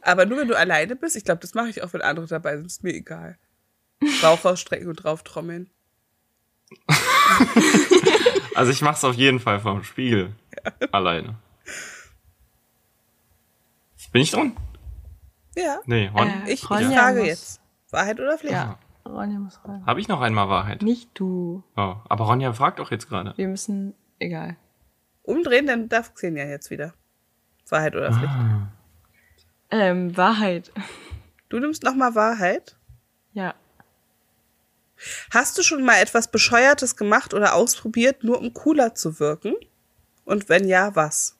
A: Aber nur wenn du alleine bist, ich glaube, das mache ich auch, wenn andere dabei sind, ist mir egal. Bauch ausstrecken und drauf trommeln.
B: Also ich mach's auf jeden Fall vom Spiegel. Alleine. Bin ich dran?
A: Ja.
B: Nee, Ron.
C: Äh,
A: Ich, ich
C: Ronja
A: frage
C: muss-
A: jetzt. Wahrheit oder Pflicht?
B: Ja.
C: Ronja muss ran.
B: Habe ich noch einmal Wahrheit?
C: Nicht du.
B: Oh, aber Ronja fragt doch jetzt gerade.
C: Wir müssen. Egal.
A: Umdrehen, dann darf Xenia jetzt wieder. Wahrheit oder Pflicht?
C: Ähm, Wahrheit.
A: Du nimmst nochmal Wahrheit.
C: Ja.
A: Hast du schon mal etwas Bescheuertes gemacht oder ausprobiert, nur um cooler zu wirken? Und wenn ja, was?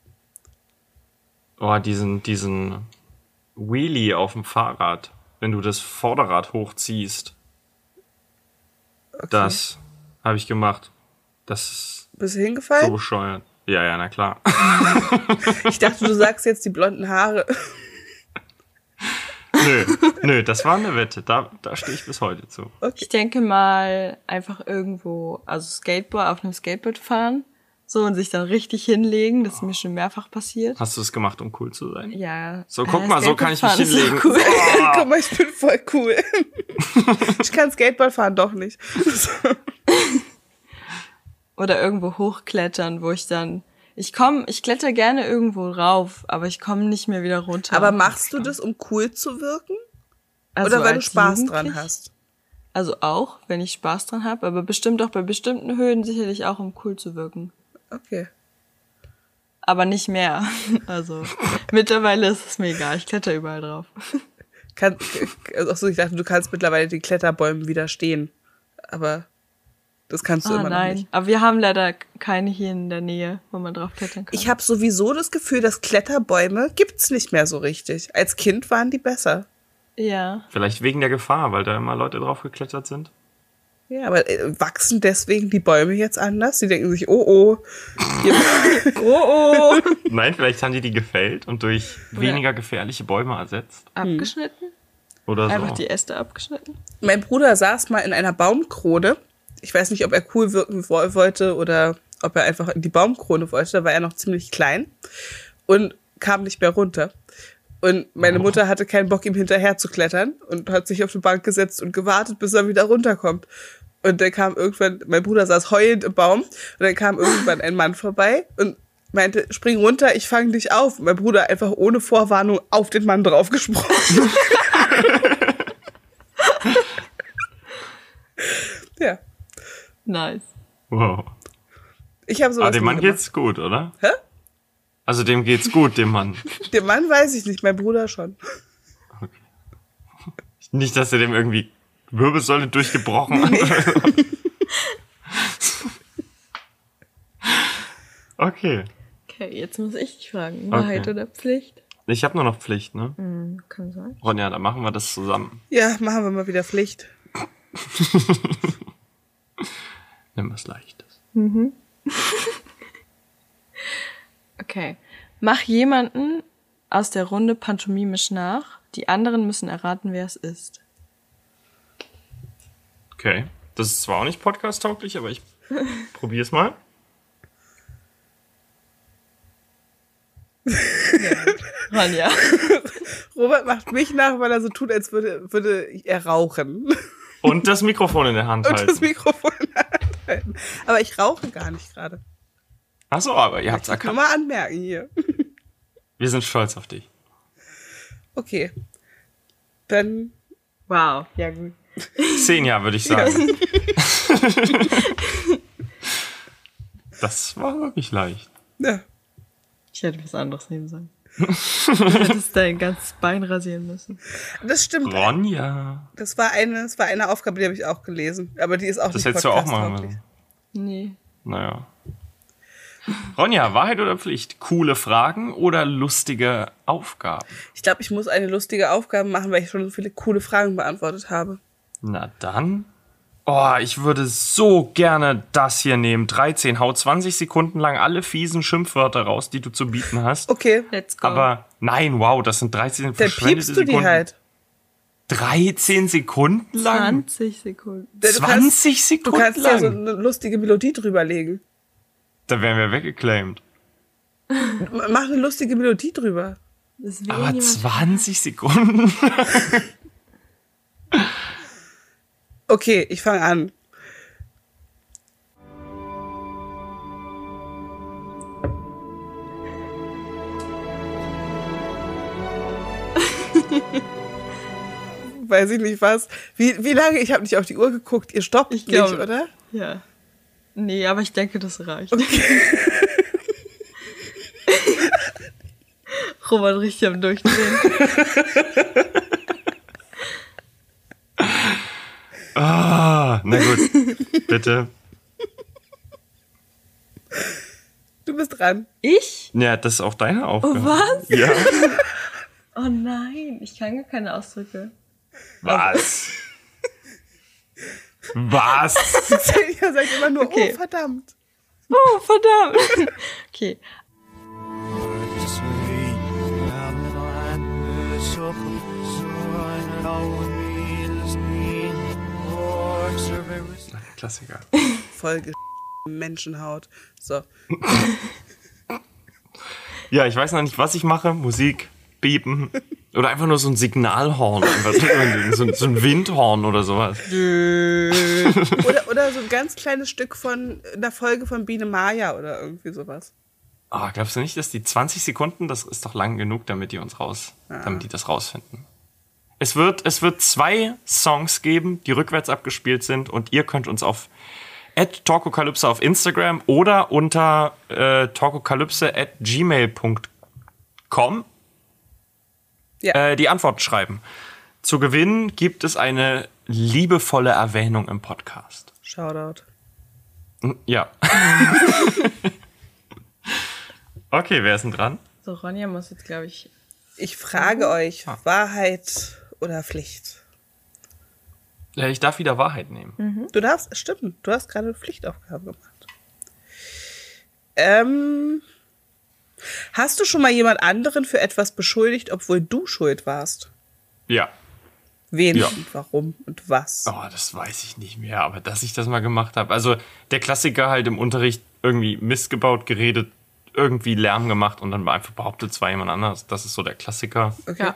B: Oh, diesen, diesen Wheelie auf dem Fahrrad, wenn du das Vorderrad hochziehst. Das habe ich gemacht. Das ist
A: Bist du
B: so
A: hingefallen?
B: bescheuert. Ja, ja, na klar.
A: Ich dachte, du sagst jetzt die blonden Haare.
B: nö, nö, das war eine Wette. Da, da stehe ich bis heute zu.
C: Ich denke mal einfach irgendwo, also Skateboard, auf einem Skateboard fahren. So und sich dann richtig hinlegen. Das ist
A: Ah.
C: mir schon mehrfach passiert.
B: Hast du es gemacht, um cool zu sein?
C: Ja.
B: So,
C: äh,
B: guck mal, so
C: Skateboard
B: kann ich mich
C: fahren ist
B: hinlegen.
C: auch
B: Oh.
C: Cool.
B: Ah.
A: Guck mal, ich bin voll cool. Ich kann Skateboard fahren, doch nicht.
C: Oder irgendwo hochklettern, wo ich dann. Ich komme, ich kletter gerne irgendwo rauf, aber ich komme nicht mehr wieder runter.
A: Aber machst du das, um cool zu wirken?
C: Also
A: Oder weil du
C: als
A: Spaß dran
C: Jugendlich-
A: hast?
C: Also auch, wenn ich Spaß dran habe, aber bestimmt auch bei bestimmten Höhen sicherlich auch, um cool zu wirken.
A: Okay.
C: Aber nicht mehr. Also mittlerweile ist es mir egal, ich kletter überall drauf.
A: Kann, also auch so, ich dachte, du kannst mittlerweile den Kletterbäumen widerstehen. Aber das kannst du
C: ah
A: immer noch
C: nein,
A: nicht.
C: aber wir haben leider keine hier in der Nähe, wo man drauf klettern kann.
A: Ich habe sowieso das Gefühl, dass Kletterbäume gibt's nicht mehr so richtig. Als Kind waren die besser.
C: ja,
B: Vielleicht wegen der Gefahr, weil da immer Leute drauf geklettert sind.
A: Ja, aber äh, wachsen deswegen die Bäume jetzt anders? Die denken sich, oh oh. oh oh.
B: Nein, vielleicht haben die die gefällt und durch weniger gefährliche Bäume ersetzt.
C: Hm. abgeschnitten,
B: Oder
A: Also
B: so.
C: einfach die Äste abgeschnitten.
A: Mein Bruder saß mal in einer Baumkrone. Ich weiß nicht, ob er cool wirken wo- wollte oder ob er einfach in die Baumkrone wollte. Da war er noch ziemlich klein und kam nicht mehr runter. Und meine Mutter hatte keinen Bock, ihm hinterher zu klettern und hat sich auf die Bank gesetzt und gewartet, bis er wieder runterkommt. Und dann kam irgendwann, mein Bruder saß heulend im Baum und dann kam irgendwann ein Mann vorbei und meinte, spring runter, ich fange dich auf. Mein Bruder einfach ohne Vorwarnung auf den Mann draufgesprungen. ja.
C: Nice.
B: wow.
A: Ich habe sowas
B: Aber dem Ah, Mann
A: nie gemacht.
B: geht's gut, oder?
A: Hä?
B: Also dem geht's gut, dem Mann.
A: Dem Mann weiß ich nicht, mein Bruder schon.
B: Nicht, dass er dem irgendwie Wirbelsäule durchgebrochen hat. okay.
C: Okay, jetzt muss ich dich fragen,
B: Okay.
C: Wahrheit oder Pflicht?
B: Ich habe nur noch Pflicht, ne?
C: Hm, kann sein.
B: Ronja, dann machen wir das zusammen.
A: Ja, machen wir mal wieder Pflicht.
B: Nimm was Leichtes.
C: Okay. Mach jemanden aus der Runde pantomimisch nach. Die anderen müssen erraten, wer es ist.
B: Okay. Das ist zwar auch nicht podcast-tauglich, aber ich probier's mal.
C: Ronja.
A: Robert macht mich nach, weil er so tut, als würde, würde er rauchen.
B: Und das Mikrofon in der Hand
A: Und das
B: halten.
A: Mikrofon halten. Aber ich rauche gar nicht gerade.
B: Achso, aber ihr habt's
A: Kann
B: erkannt.
A: man anmerken hier.
B: Wir sind stolz auf dich.
A: Okay. Dann
C: Wow. Ja, gut.
B: Zehn Jahre, würde ich sagen. das war wirklich leicht.
A: ja,
C: Ich hätte was anderes nehmen sollen. du hättest dein ganzes Bein rasieren müssen.
A: das stimmt.
B: Ronja.
A: Das war eine, das war eine Aufgabe, die habe ich auch gelesen. Aber die ist auch
B: Das
A: nicht
B: hättest du auch machen
A: podcasttauglich.
B: müssen.
C: Nee.
B: Naja. Ronja, Wahrheit oder Pflicht? Coole Fragen oder lustige Aufgaben?
A: Ich glaube, ich muss eine lustige Aufgabe machen, weil ich schon so viele coole Fragen beantwortet habe.
B: Na dann. Oh, ich würde so gerne das hier nehmen. 13, hau 20 Sekunden lang alle fiesen Schimpfwörter raus, die du zu bieten hast.
A: Okay.
C: Let's go.
B: Aber nein, wow, das sind 13
A: Dann
B: verschwendete
A: piepst du
B: Sekunden.
A: die halt.
B: 13 Sekunden lang?
C: 20 Sekunden.
A: Du kannst-
B: 20
A: Du
B: Sekunden
A: kannst ja
B: lang?
A: so eine lustige Melodie drüberlegen.
B: da wären wir weggeclaimed.
A: M- Mach eine lustige Melodie drüber.
C: Das will
B: Aber
C: niemand.
B: 20 Sekunden?
A: Okay, ich fange an. weiß ich nicht was. Wie, wie lange? Ich habe nicht auf die Uhr geguckt. Ihr stoppt
C: Ich
A: nicht,
C: glaube-
A: oder?
C: Ja. Nee, aber ich denke, das reicht. Robert richtig am Durchdrehen.
B: Ah, na gut. Bitte.
A: Du bist dran.
C: Ich?
B: Ja, das ist auch deine Aufgabe.
C: was?
B: Ja.
C: Oh nein, ich kann gar keine Ausdrücke.
B: Was? Was?
A: Celia sagt immer nur,
C: Okay.
A: oh verdammt.
C: Oh, verdammt. Okay.
B: Klassiker.
A: Folge Menschenhaut. So.
B: Ja, ich weiß noch nicht, was ich mache. Musik, Biepen. Oder einfach nur so ein Signalhorn. Einfach so, ein- so ein Windhorn oder sowas.
A: oder, oder so ein ganz kleines Stück von einer Folge von Biene Maya oder irgendwie sowas.
B: Ah, glaubst du nicht, dass die 20 Sekunden, das ist doch lang genug, damit die uns raus, damit die das rausfinden. Es wird, es wird zwei Songs geben, die rückwärts abgespielt sind und ihr könnt uns auf at Talkokalypse auf Instagram oder unter äh, talkokalypse at gmail.com
A: Ja.
B: äh, die Antworten schreiben. Zu gewinnen gibt es eine liebevolle Erwähnung im Podcast. Hm,
A: Shoutout.
B: Ja. okay, wer ist denn dran?
C: So, Ronja muss jetzt, glaube ich.
A: Ich frage euch, Wahrheit oder Pflicht?
B: Ja, Äh, ich darf wieder Wahrheit nehmen.
A: Du darfst, stimmt, du hast gerade eine Pflichtaufgabe gemacht. Ähm, hast du schon mal jemand anderen für etwas beschuldigt, obwohl du schuld warst?
B: Ja.
A: Wen
B: Ja.
A: und warum und was?
B: Oh, das weiß ich nicht mehr, aber dass ich das mal gemacht habe. Also der Klassiker halt im Unterricht irgendwie Mist gebaut, geredet, irgendwie Lärm gemacht und dann einfach behauptet, es war jemand anders. Das ist so der Klassiker.
A: Okay.
C: Ja.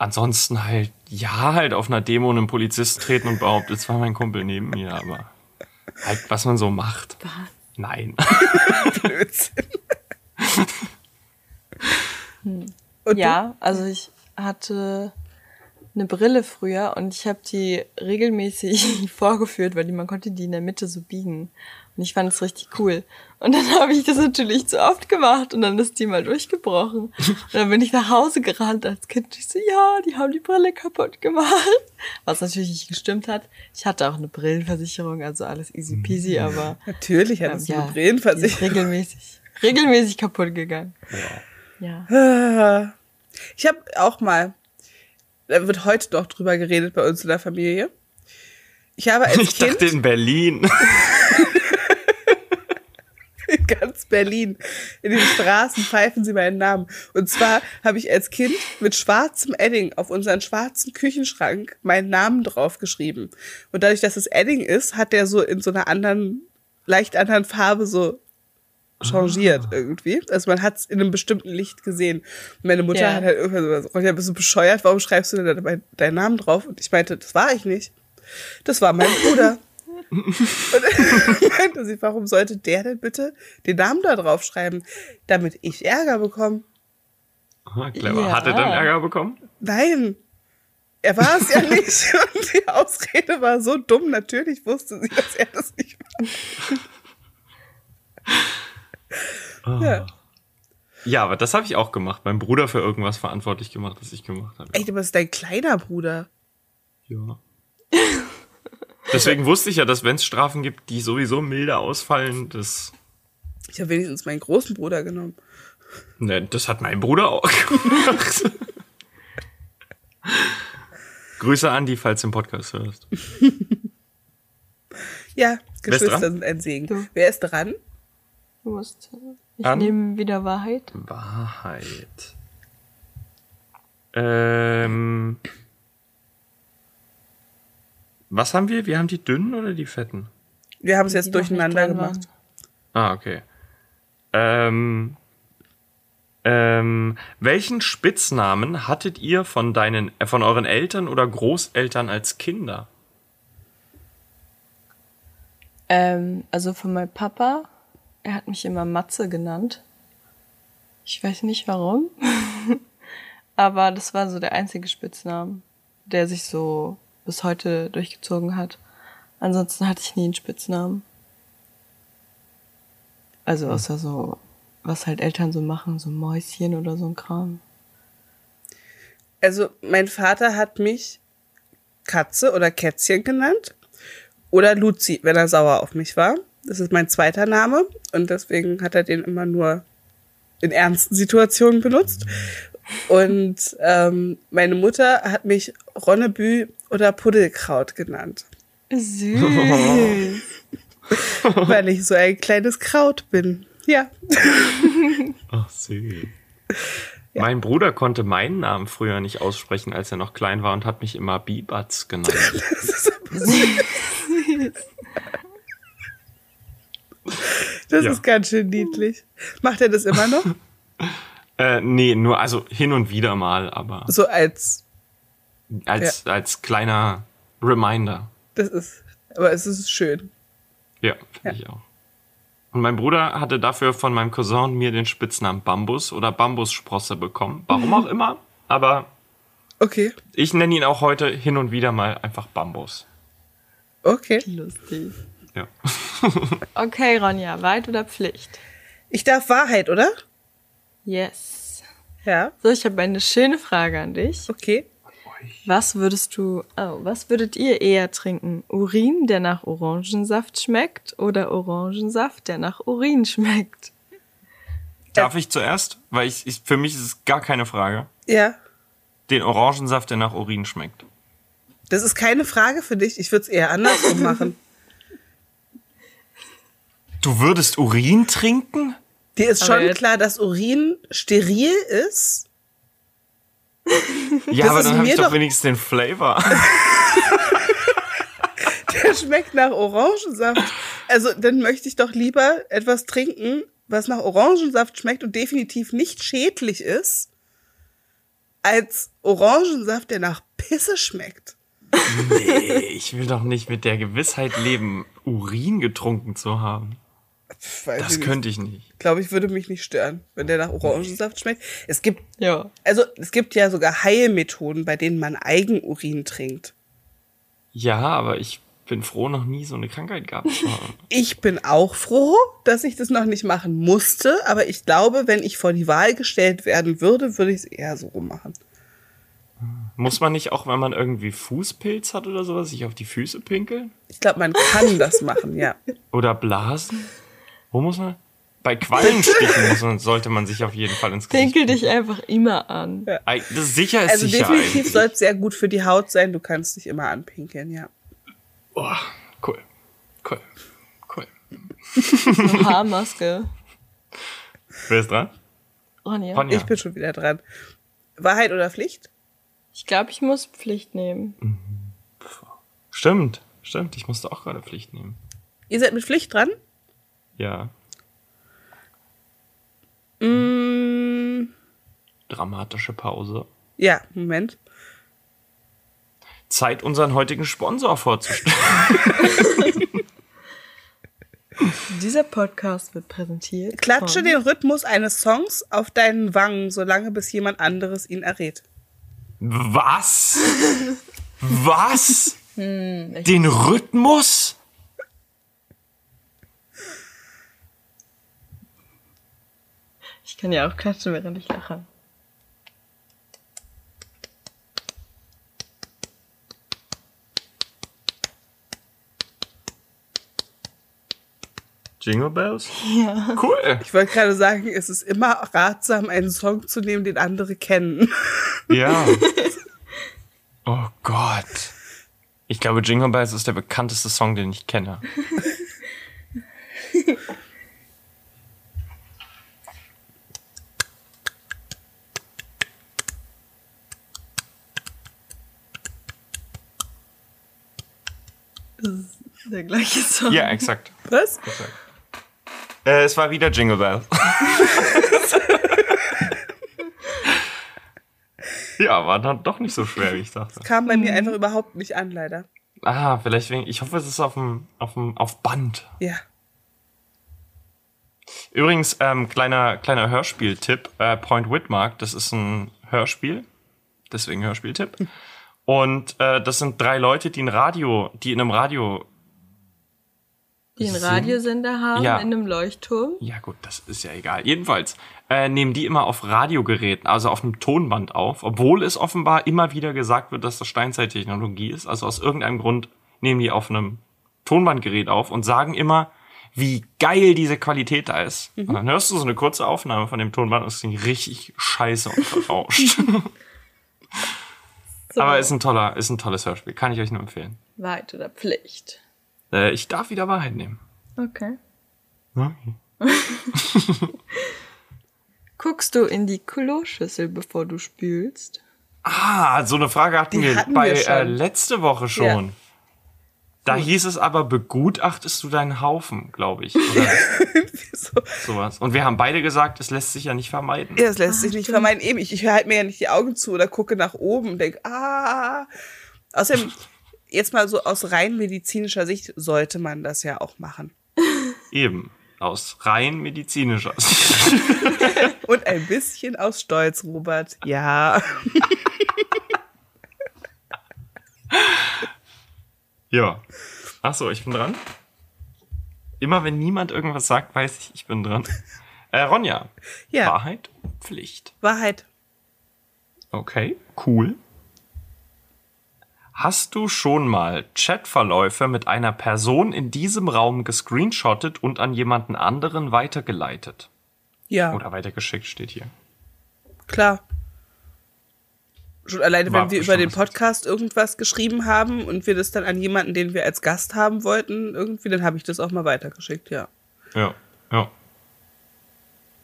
B: Ansonsten halt, ja, halt auf einer Demo einen Polizisten treten und behauptet, es war mein Kumpel neben mir, aber halt, was man so macht. Nein.
A: Blödsinn. Und
C: Ja, also ich hatte eine Brille früher und ich habe die regelmäßig vorgeführt, weil die, man konnte die in der Mitte so biegen. Und ich fand es richtig cool. Und dann habe ich das natürlich zu oft gemacht und dann ist die mal durchgebrochen. Und dann bin ich nach Hause gerannt als Kind. Ich so, ja, die haben die Brille kaputt gemacht. Was natürlich nicht gestimmt hat. Ich hatte auch eine Brillenversicherung, also alles easy peasy, aber
A: Du, natürlich
C: ähm,
A: hattest du
C: ja,
A: eine
C: die ist
A: Brillenversicherung.
C: regelmäßig, regelmäßig kaputt gegangen. Ja.
A: Ah. Ich habe auch mal, da wird heute noch drüber geredet bei uns in der Familie. Ich habe als
B: Ich
A: Kind
B: dachte in Berlin.
A: in ganz Berlin, in den Straßen pfeifen sie meinen Namen. Und zwar habe ich als Kind mit schwarzem Edding auf unseren schwarzen Küchenschrank meinen Namen draufgeschrieben. Und dadurch, dass es Edding ist, hat der so in so einer anderen, leicht anderen Farbe so changiert irgendwie. Also man hat es in einem bestimmten Licht gesehen. Und meine Mutter
C: Ja.
A: hat halt irgendwann so gesagt, Ronja, bist du bescheuert? Warum schreibst du denn da mein- deinen Namen drauf? Und ich meinte, das war ich nicht. Das war mein Bruder. Und meinte sie, warum sollte der denn bitte den Namen da drauf schreiben, damit ich Ärger bekomme?
B: Ah, Clever.
C: Ja.
B: Hat er dann Ärger bekommen?
A: Nein, er war es ja nicht. Und die Ausrede war so dumm. Natürlich wusste sie, dass er das nicht war.
B: Ah.
A: Ja.
B: Ja, aber das habe ich auch gemacht. Mein Bruder für irgendwas verantwortlich gemacht, das ich gemacht habe.
A: Echt, aber es ist dein kleiner Bruder.
B: Ja. Deswegen wusste ich ja, dass wenn es Strafen gibt, die sowieso milder ausfallen, das,
A: Ich habe wenigstens meinen großen Bruder genommen.
B: ne, das hat mein Bruder auch gemacht. Grüße Andi, falls du den Podcast hörst.
A: Ja,
B: Wer ist
A: Geschwister
B: dran?
A: sind ein Segen.
C: Du.
A: Wer ist dran?
C: Du musst. Ich
B: An-
C: nehme wieder Wahrheit.
B: Wahrheit. Ähm, was haben wir? Wir haben die dünnen oder die fetten?
A: Wir haben es
C: die
A: jetzt
C: noch nicht
A: durcheinander
C: dran waren.
A: gemacht.
B: Ah, okay. Ähm, ähm, welchen Spitznamen hattet ihr von deinen, äh, von euren Eltern oder Großeltern als Kinder?
C: Ähm, also von meinem Papa, er hat mich immer Matze genannt. Ich weiß nicht warum. Aber das war so der einzige Spitzname. der sich so bis heute durchgezogen hat. Ansonsten hatte ich nie einen Spitznamen. Also außer so, was halt Eltern so machen, so Mäuschen oder so ein Kram.
A: Also mein Vater hat mich Katze oder Kätzchen genannt oder Luzi, wenn er sauer auf mich war. Das ist mein zweiter Name und deswegen hat er den immer nur in ernsten Situationen benutzt. Und ähm, meine Mutter hat mich Ronnebü oder Puddelkraut genannt.
C: Süß.
A: Weil ich so ein kleines Kraut bin. Ja.
B: Ach, süß. Mein Bruder konnte meinen Namen früher nicht aussprechen, als er noch klein war und hat mich immer Bibatz genannt.
A: Das
B: Ja.
A: ist ganz schön niedlich. Macht er das immer noch?
B: äh, nee, nur also hin und wieder mal, aber
A: So als
B: als, als kleiner Reminder.
A: das ist. Aber es ist schön.
B: Ja, finde ich auch. Und mein Bruder hatte dafür von meinem Cousin mir den Spitznamen Bambus oder Bambussprosse bekommen. Warum auch immer, aber
A: Okay.
B: ich nenne ihn auch heute hin und wieder mal einfach Bambus.
A: Okay.
C: Lustig.
B: Ja.
C: Okay, Ronja, Weit oder Pflicht?
A: Ich darf Wahrheit, oder?
C: Yes.
A: Ja.
C: So, ich habe eine schöne Frage an dich.
A: Okay.
C: Was würdest du, oh, was würdet ihr eher trinken? Urin, der nach Orangensaft schmeckt oder Orangensaft, der nach Urin schmeckt?
B: Darf ich zuerst? Weil ich, ich, für mich ist es gar keine Frage.
A: Ja.
B: Den Orangensaft, der nach Urin schmeckt.
A: Das ist keine Frage für dich. Ich würde es eher andersrum machen.
B: Du würdest Urin trinken?
A: Dir ist
C: Aber
A: schon
C: jetzt-
A: klar, dass Urin steril ist.
B: Ja,
A: Das
B: aber
A: ist
B: dann habe ich
A: mir
B: doch
A: doch-
B: wenigstens den Flavor.
A: Der schmeckt nach Orangensaft. Also dann möchte ich doch lieber etwas trinken, was nach Orangensaft schmeckt und definitiv nicht schädlich ist, als Orangensaft, der nach Pisse schmeckt.
B: nee, ich will doch nicht mit der Gewissheit leben, Urin getrunken zu haben.
A: Pff, weiß ich
B: Das
A: nicht.
B: könnte ich nicht.
A: Ich glaube, ich würde mich nicht stören, wenn der nach Orangensaft schmeckt. Es gibt,
C: Ja.
A: also, es gibt ja sogar Heilmethoden, bei denen man Eigenurin trinkt.
B: Ja, aber ich bin froh, noch nie so eine Krankheit gehabt zu haben.
A: Ich bin auch froh, dass ich das noch nicht machen musste, aber ich glaube, wenn ich vor die Wahl gestellt werden würde, würde ich es eher so rummachen.
B: Muss man nicht auch, wenn man irgendwie Fußpilz hat oder sowas, sich auf die Füße pinkeln?
A: Ich glaube, man kann das machen, ja.
B: Oder Blasen? Wo muss man? Bei Quallenstichen muss man, sollte man sich auf jeden Fall ins Gesicht.
C: Pinkel dich einfach immer an.
B: Ei, Das ist sicher ist
A: Also
B: sicher.
A: definitiv
B: eigentlich.
A: soll es sehr gut für die Haut sein. Du kannst dich immer anpinkeln, ja.
B: Oh, cool. Cool. Cool.
C: So Haarmaske.
B: Wer ist dran?
C: Ronja.
B: Ronja.
A: Ich bin schon wieder dran. Wahrheit oder Pflicht?
C: Ich glaube, ich muss Pflicht nehmen.
B: Stimmt. Stimmt. Ich musste auch gerade Pflicht nehmen.
A: Ihr seid mit Pflicht dran?
B: Ja.
A: Mm,
B: Dramatische Pause.
A: ja, Moment.
B: Zeit, unseren heutigen Sponsor vorzustellen.
C: Dieser Podcast wird präsentiert.
A: Klatsche
C: von-
A: den Rhythmus eines Songs auf deinen Wangen, solange bis jemand anderes ihn errät.
B: Was? Was?
C: echt.
B: Den Rhythmus?
C: Ich kann ja auch klatschen, während ich lache.
B: Jingle Bells? Ja. Cool.
A: Ich wollte gerade sagen, es ist immer ratsam, einen Song zu nehmen, den andere kennen.
B: Ja. Oh Gott. Ich glaube, Jingle Bells ist der bekannteste Song, den ich kenne.
C: Das ist der gleiche Song.
B: Ja, exakt.
A: Was?
B: Äh, es war wieder Jingle Bells. ja, war dann doch nicht so schwer, wie ich dachte.
A: Kam bei mir einfach überhaupt nicht an, leider.
B: Ah, vielleicht wegen. Ich hoffe, es ist auf dem, auf dem, auf Band.
A: Ja.
B: Übrigens, ähm, kleiner, kleiner Hörspieltipp. Äh, Point Whitmark, das ist ein Hörspiel. Deswegen Hörspieltipp. Und äh, das sind drei Leute, die ein Radio, die in einem Radio.
C: Die einen Radiosender haben
B: Ja.
C: in einem Leuchtturm.
B: Ja gut, das ist ja egal. Jedenfalls äh, nehmen die immer auf Radiogeräten, also auf einem Tonband auf, obwohl es offenbar immer wieder gesagt wird, dass das Steinzeittechnologie ist. Also aus irgendeinem Grund nehmen die auf einem Tonbandgerät auf und sagen immer, wie geil diese Qualität da ist. Und dann hörst du so eine kurze Aufnahme von dem Tonband und es klingt richtig scheiße und verrauscht.
C: So,
B: Aber ist ein toller, ist ein tolles Hörspiel. Kann ich euch nur empfehlen.
C: Wahrheit oder Pflicht.
B: Äh, ich darf wieder Wahrheit nehmen.
C: Okay.
B: Ne?
C: Guckst du in die Kloschüssel, bevor du spülst?
B: Ah, so eine Frage hatten
A: Die
B: wir
A: hatten
B: bei
A: wir schon.
B: äh, letzte Woche schon.
A: Ja.
B: Da hieß es aber, begutachtest du deinen Haufen, glaube ich. Oder
A: So.
B: sowas. Und wir haben beide gesagt, es lässt sich ja nicht vermeiden.
A: Ja, das
C: Ah,
A: lässt sich nicht vermeiden. Eben, ich, ich halte mir ja nicht die Augen zu oder gucke nach oben und denke, ah. Außerdem, jetzt mal so aus rein medizinischer Sicht sollte man das ja auch machen.
B: Eben. Aus rein medizinischer.
A: Und ein bisschen aus Stolz, Robert. Ja.
B: ja. Ach so, ich bin dran. Immer wenn niemand irgendwas sagt, weiß ich, ich bin dran. Äh, Ronja.
A: Ja.
B: Wahrheit, Pflicht.
A: Wahrheit.
B: Okay, cool. Hast du schon mal Chatverläufe mit einer Person in diesem Raum gescreenshottet und an jemanden anderen weitergeleitet?
A: Ja,
B: Oder weitergeschickt steht hier.
A: klar. Schon alleine,
B: War
A: wenn wir über
B: bestimmt
A: den
B: was.
A: Podcast irgendwas geschrieben haben und wir das dann an jemanden, den wir als Gast haben wollten, irgendwie, dann habe ich das auch mal weitergeschickt, ja.
B: Ja, ja.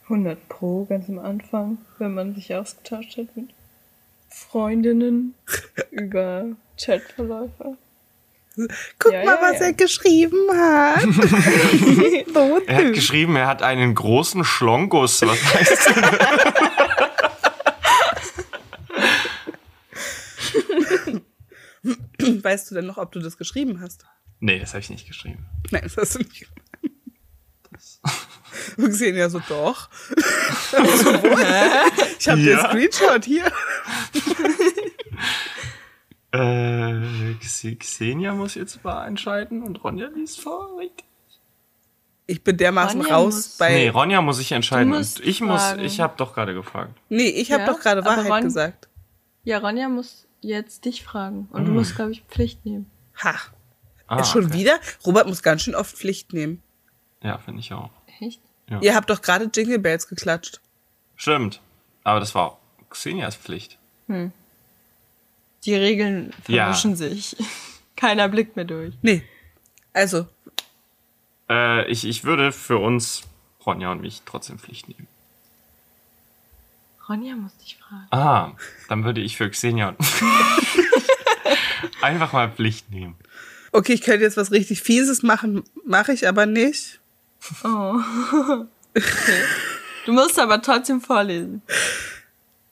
C: 100 Pro, ganz am Anfang, wenn man sich ausgetauscht hat mit Freundinnen über Chatverläufe.
A: Guck
C: Ja,
A: mal,
C: ja,
A: was
C: ja.
A: er geschrieben hat. so
B: Er
C: Hm.
B: hat geschrieben, er hat einen großen Schlongus. Was heißt denn?
A: Weißt du denn noch, ob du das geschrieben hast?
B: Nee, das habe ich nicht geschrieben.
A: Nein, das hast du nicht gemacht. Wir sehen ja so, doch. ich habe
B: Also, Ja.
A: den Screenshot hier.
B: Äh, Xe- Xenia muss jetzt mal entscheiden und Ronja liest vor, richtig?
A: Ich bin dermaßen
C: Ronja
A: raus
C: muss-
A: bei.
B: Nee, Ronja muss sich entscheiden.
C: Du musst
B: und ich muss,
C: fragen.
B: ich habe doch gerade gefragt.
A: Nee, ich habe
C: Ja,
A: doch gerade
C: aber
A: Wahrheit
C: Ron-
A: gesagt.
C: Ja, Ronja muss jetzt dich fragen und du
B: Mm.
C: musst, glaube ich, Pflicht nehmen.
A: Ha.
B: Ah,
A: schon
B: okay.
A: wieder? Robert muss ganz schön oft Pflicht nehmen.
B: Ja, finde ich auch.
C: Echt?
A: Ihr habt doch gerade Jingle Bells geklatscht.
B: Stimmt. Aber das war Xenias Pflicht.
C: Die Regeln
B: Ja.
C: vermischen sich. Keiner blickt mehr durch.
A: Nee. Also,
B: Äh, ich, ich würde für uns, Ronja und mich, trotzdem Pflicht nehmen.
C: Ronja muss dich fragen.
B: Ah, dann würde ich für Xenia und einfach mal Pflicht nehmen.
A: okay, ich könnte jetzt was richtig Fieses machen, mache ich aber nicht.
C: Oh. Du musst aber trotzdem vorlesen.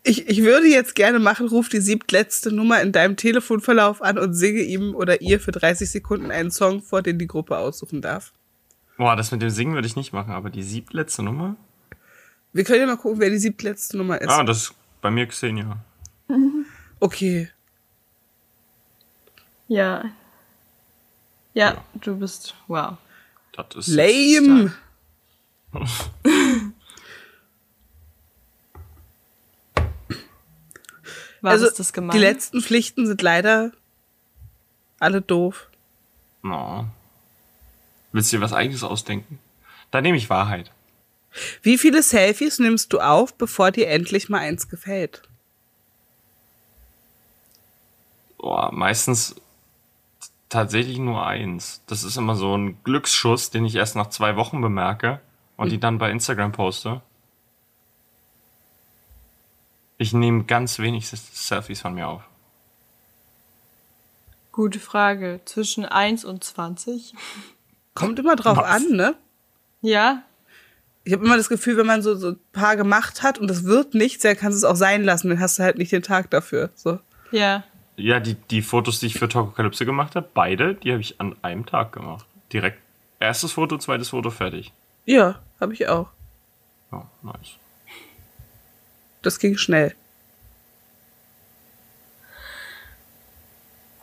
A: Ich, ich würde jetzt gerne machen, ruf die siebtletzte Nummer in deinem Telefonverlauf an und singe ihm oder ihr für 30 Sekunden einen Song vor, den die Gruppe aussuchen darf.
B: Boah, das mit dem Singen würde ich nicht machen, aber die siebtletzte Nummer?
A: Wir können ja mal gucken, wer die siebtletzte Nummer ist.
B: Ah, das ist bei mir Xenia.
A: Okay.
C: Ja. Ja, du bist. Wow.
B: Das ist
A: Lame.
C: Was ist das gemeint?
A: Also, Die letzten Pflichten sind leider alle doof.
B: No. Oh. Willst du dir was eigenes ausdenken? Dann nehme ich Wahrheit.
A: Wie viele Selfies nimmst du auf, bevor dir endlich mal eins gefällt?
B: Boah, meistens t- tatsächlich nur eins. Das ist immer so ein Glücksschuss, den ich erst nach zwei Wochen bemerke und die dann bei Instagram poste. Ich nehme ganz wenig Se- Selfies von mir auf.
C: Gute Frage. Zwischen 1 und 20?
A: Kommt immer drauf
B: Was?
A: an, ne?
C: Ja?
A: Ich habe immer das Gefühl, wenn man so, so ein paar gemacht hat und das wird nichts, dann kannst du es auch sein lassen, dann hast du halt nicht den Tag dafür. So.
C: Ja.
B: Ja, die, die Fotos, die ich für Tokokalypse gemacht habe, beide, die habe ich an einem Tag gemacht. Direkt erstes Foto, zweites Foto, fertig.
A: Ja, habe ich auch.
B: Ja, nice.
A: Das ging schnell.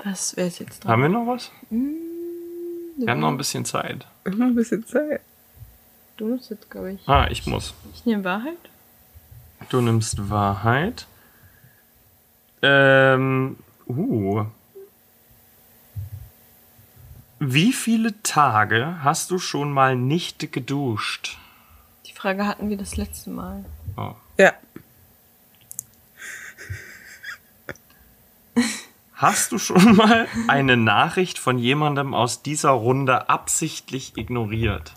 C: Was wäre es jetzt dran?
B: Haben wir noch was? Wir haben noch ein bisschen Zeit.
A: Immer ein bisschen Zeit.
C: Du musst jetzt, glaube ich.
B: Ah, ich muss.
C: Ich nehme Wahrheit.
B: Du nimmst Wahrheit. Ähm, uh. Wie viele Tage hast du schon mal nicht geduscht?
C: Die Frage hatten wir das letzte Mal.
B: Oh.
A: Ja.
B: Hast du schon mal eine Nachricht von jemandem aus dieser Runde absichtlich ignoriert?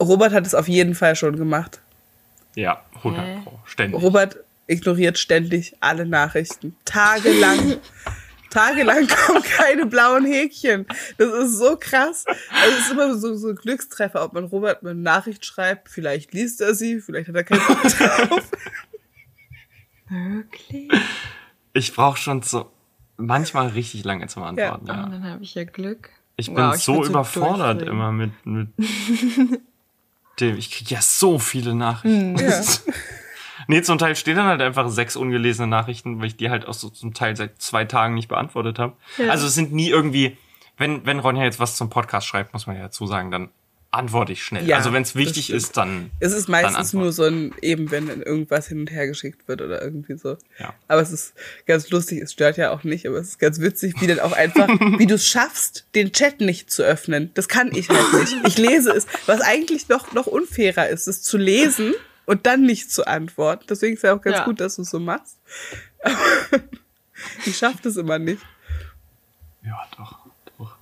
A: Robert hat es auf jeden Fall schon gemacht.
B: Ja, 100
C: Hä?
B: Pro. Ständig.
A: Robert ignoriert ständig alle Nachrichten. Tagelang. Tagelang kommen keine blauen Häkchen. Das ist so krass. Also Es ist immer so, so ein Glückstreffer, ob man Robert eine Nachricht schreibt. Vielleicht liest er sie, vielleicht hat er keinen Bock drauf.
C: Wirklich?
B: Ich brauche schon so manchmal richtig lange zum Antworten. Ja.
C: Und Oh, dann habe ich ja Glück.
B: Ich bin
C: Wow,
B: so
C: würd
B: überfordert
C: durchdrehen.
B: immer mit, mit dem. Ich kriege ja so viele Nachrichten.
A: Ja.
B: Nee, zum Teil stehen dann halt einfach sechs ungelesene Nachrichten, weil ich die halt auch so zum Teil seit zwei Tagen nicht beantwortet habe. Also es sind nie irgendwie, wenn, wenn Ronja jetzt was zum Podcast schreibt, muss man ja dazu sagen, dann antworte ich schnell.
A: Ja,
B: also wenn es
A: das
B: wichtig
A: stimmt.
B: ist, dann.
A: Es ist
B: Dann
A: meistens
B: antworten.
A: nur so ein, eben wenn dann irgendwas hin und her geschickt wird oder irgendwie so.
B: Ja.
A: Aber es ist ganz lustig, es stört ja auch nicht, aber es ist ganz witzig, wie dann auch einfach, wie du es schaffst, den Chat nicht zu öffnen. Das kann ich halt nicht. Ich lese es, was eigentlich noch, noch unfairer ist, es zu lesen und dann nicht zu antworten. Deswegen ist ja auch ganz
C: Ja.
A: gut, dass du es so machst. ich schaff das immer nicht.
B: Ja, doch. doch.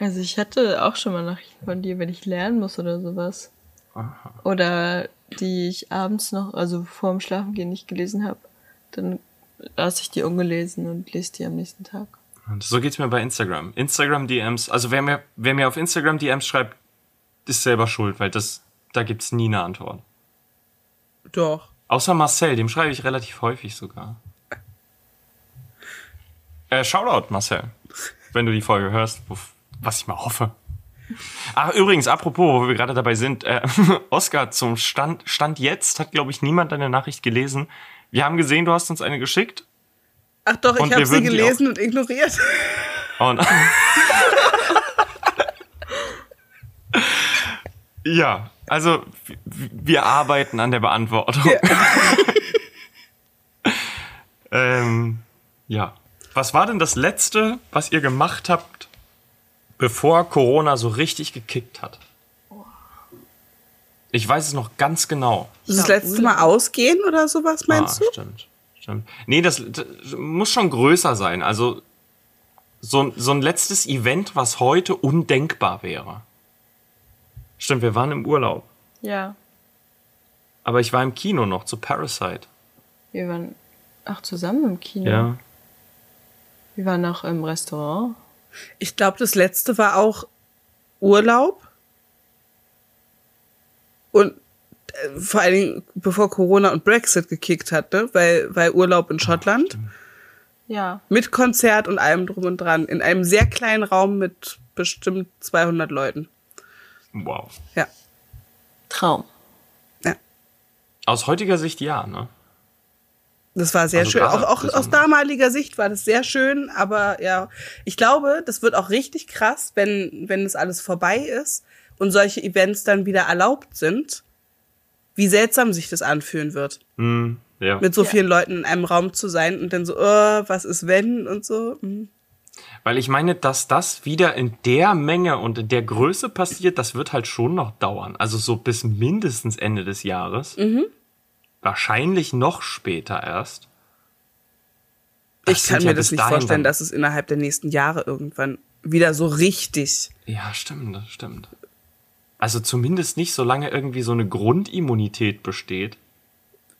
C: Also ich hatte auch schon mal Nachrichten von dir, wenn ich lernen muss oder sowas.
B: Aha.
C: Oder die ich abends noch, also vorm Schlafengehen nicht gelesen habe. Dann lasse ich die ungelesen und lese die am nächsten Tag.
B: Und so geht's mir bei Instagram. Instagram DMs, also wer mir, wer mir auf Instagram DMs schreibt, ist selber schuld, weil das, da gibt's nie eine Antwort.
A: Doch.
B: Außer Marcel, dem schreibe ich relativ häufig sogar. Äh, Shoutout, Marcel. Wenn du die Folge hörst, wo- was ich mal hoffe. Ach, übrigens, apropos, wo wir gerade dabei sind, äh, Oscar zum Stand, Stand jetzt hat, glaube ich, niemand deine Nachricht gelesen. Wir haben gesehen, du hast uns eine geschickt.
A: Ach doch,
B: Und
A: ich habe
B: wir
A: sie
B: würden die auch-
A: gelesen und ignoriert.
B: Und ja, also w- w- wir arbeiten an der Beantwortung. ähm, ja. Was war denn das Letzte, was ihr gemacht habt, bevor Corona so richtig gekickt hat? Ich weiß es noch ganz genau.
A: Das letzte Mal ausgehen oder sowas,
B: Ah,
A: meinst du?
B: Stimmt, stimmt. Nee, das, das muss schon größer sein. Also so, ein- so ein letztes Event, was heute undenkbar wäre. Stimmt, wir waren im Urlaub.
C: Ja,
B: Aber ich war im Kino noch zu Parasite.
C: wir waren auch zusammen im Kino.
B: Ja.
C: Wir waren auch im Restaurant.
A: Ich glaube, das letzte war auch Urlaub. Und äh, vor allen Dingen, bevor Corona und Brexit gekickt hat, ne? weil, weil Urlaub in Schottland
C: Ja,
A: mit Konzert und allem drum und dran. In einem sehr kleinen Raum mit bestimmt 200 Leuten.
B: Wow.
A: Ja,
C: Traum.
A: ja.
B: Aus heutiger Sicht ja, ne?
A: Das war sehr
B: Also
A: schön. Auch,
B: gerade
A: auch aus
B: besonders.
A: damaliger Sicht war das sehr schön, aber ja, ich glaube, das wird auch richtig krass, wenn, wenn das alles vorbei ist und solche Events dann wieder erlaubt sind, wie seltsam sich das anfühlen wird,
B: Hm, ja.
A: mit so
C: Ja.
A: vielen Leuten in einem Raum zu sein und dann so, oh, was ist wenn und so. Hm.
B: Weil ich meine, dass das wieder in der Menge und in der Größe passiert, das wird halt schon noch dauern. Also so bis mindestens Ende des Jahres.
A: Mhm.
B: Wahrscheinlich noch später erst. Das
A: Ich
B: sind
A: kann
B: ja
A: mir das
B: bis
A: nicht
B: dahin
A: vorstellen,
B: dann-
A: dass es innerhalb der nächsten Jahre irgendwann wieder so richtig.
B: Ja, stimmt, das stimmt. Also zumindest nicht, solange irgendwie so eine Grundimmunität besteht.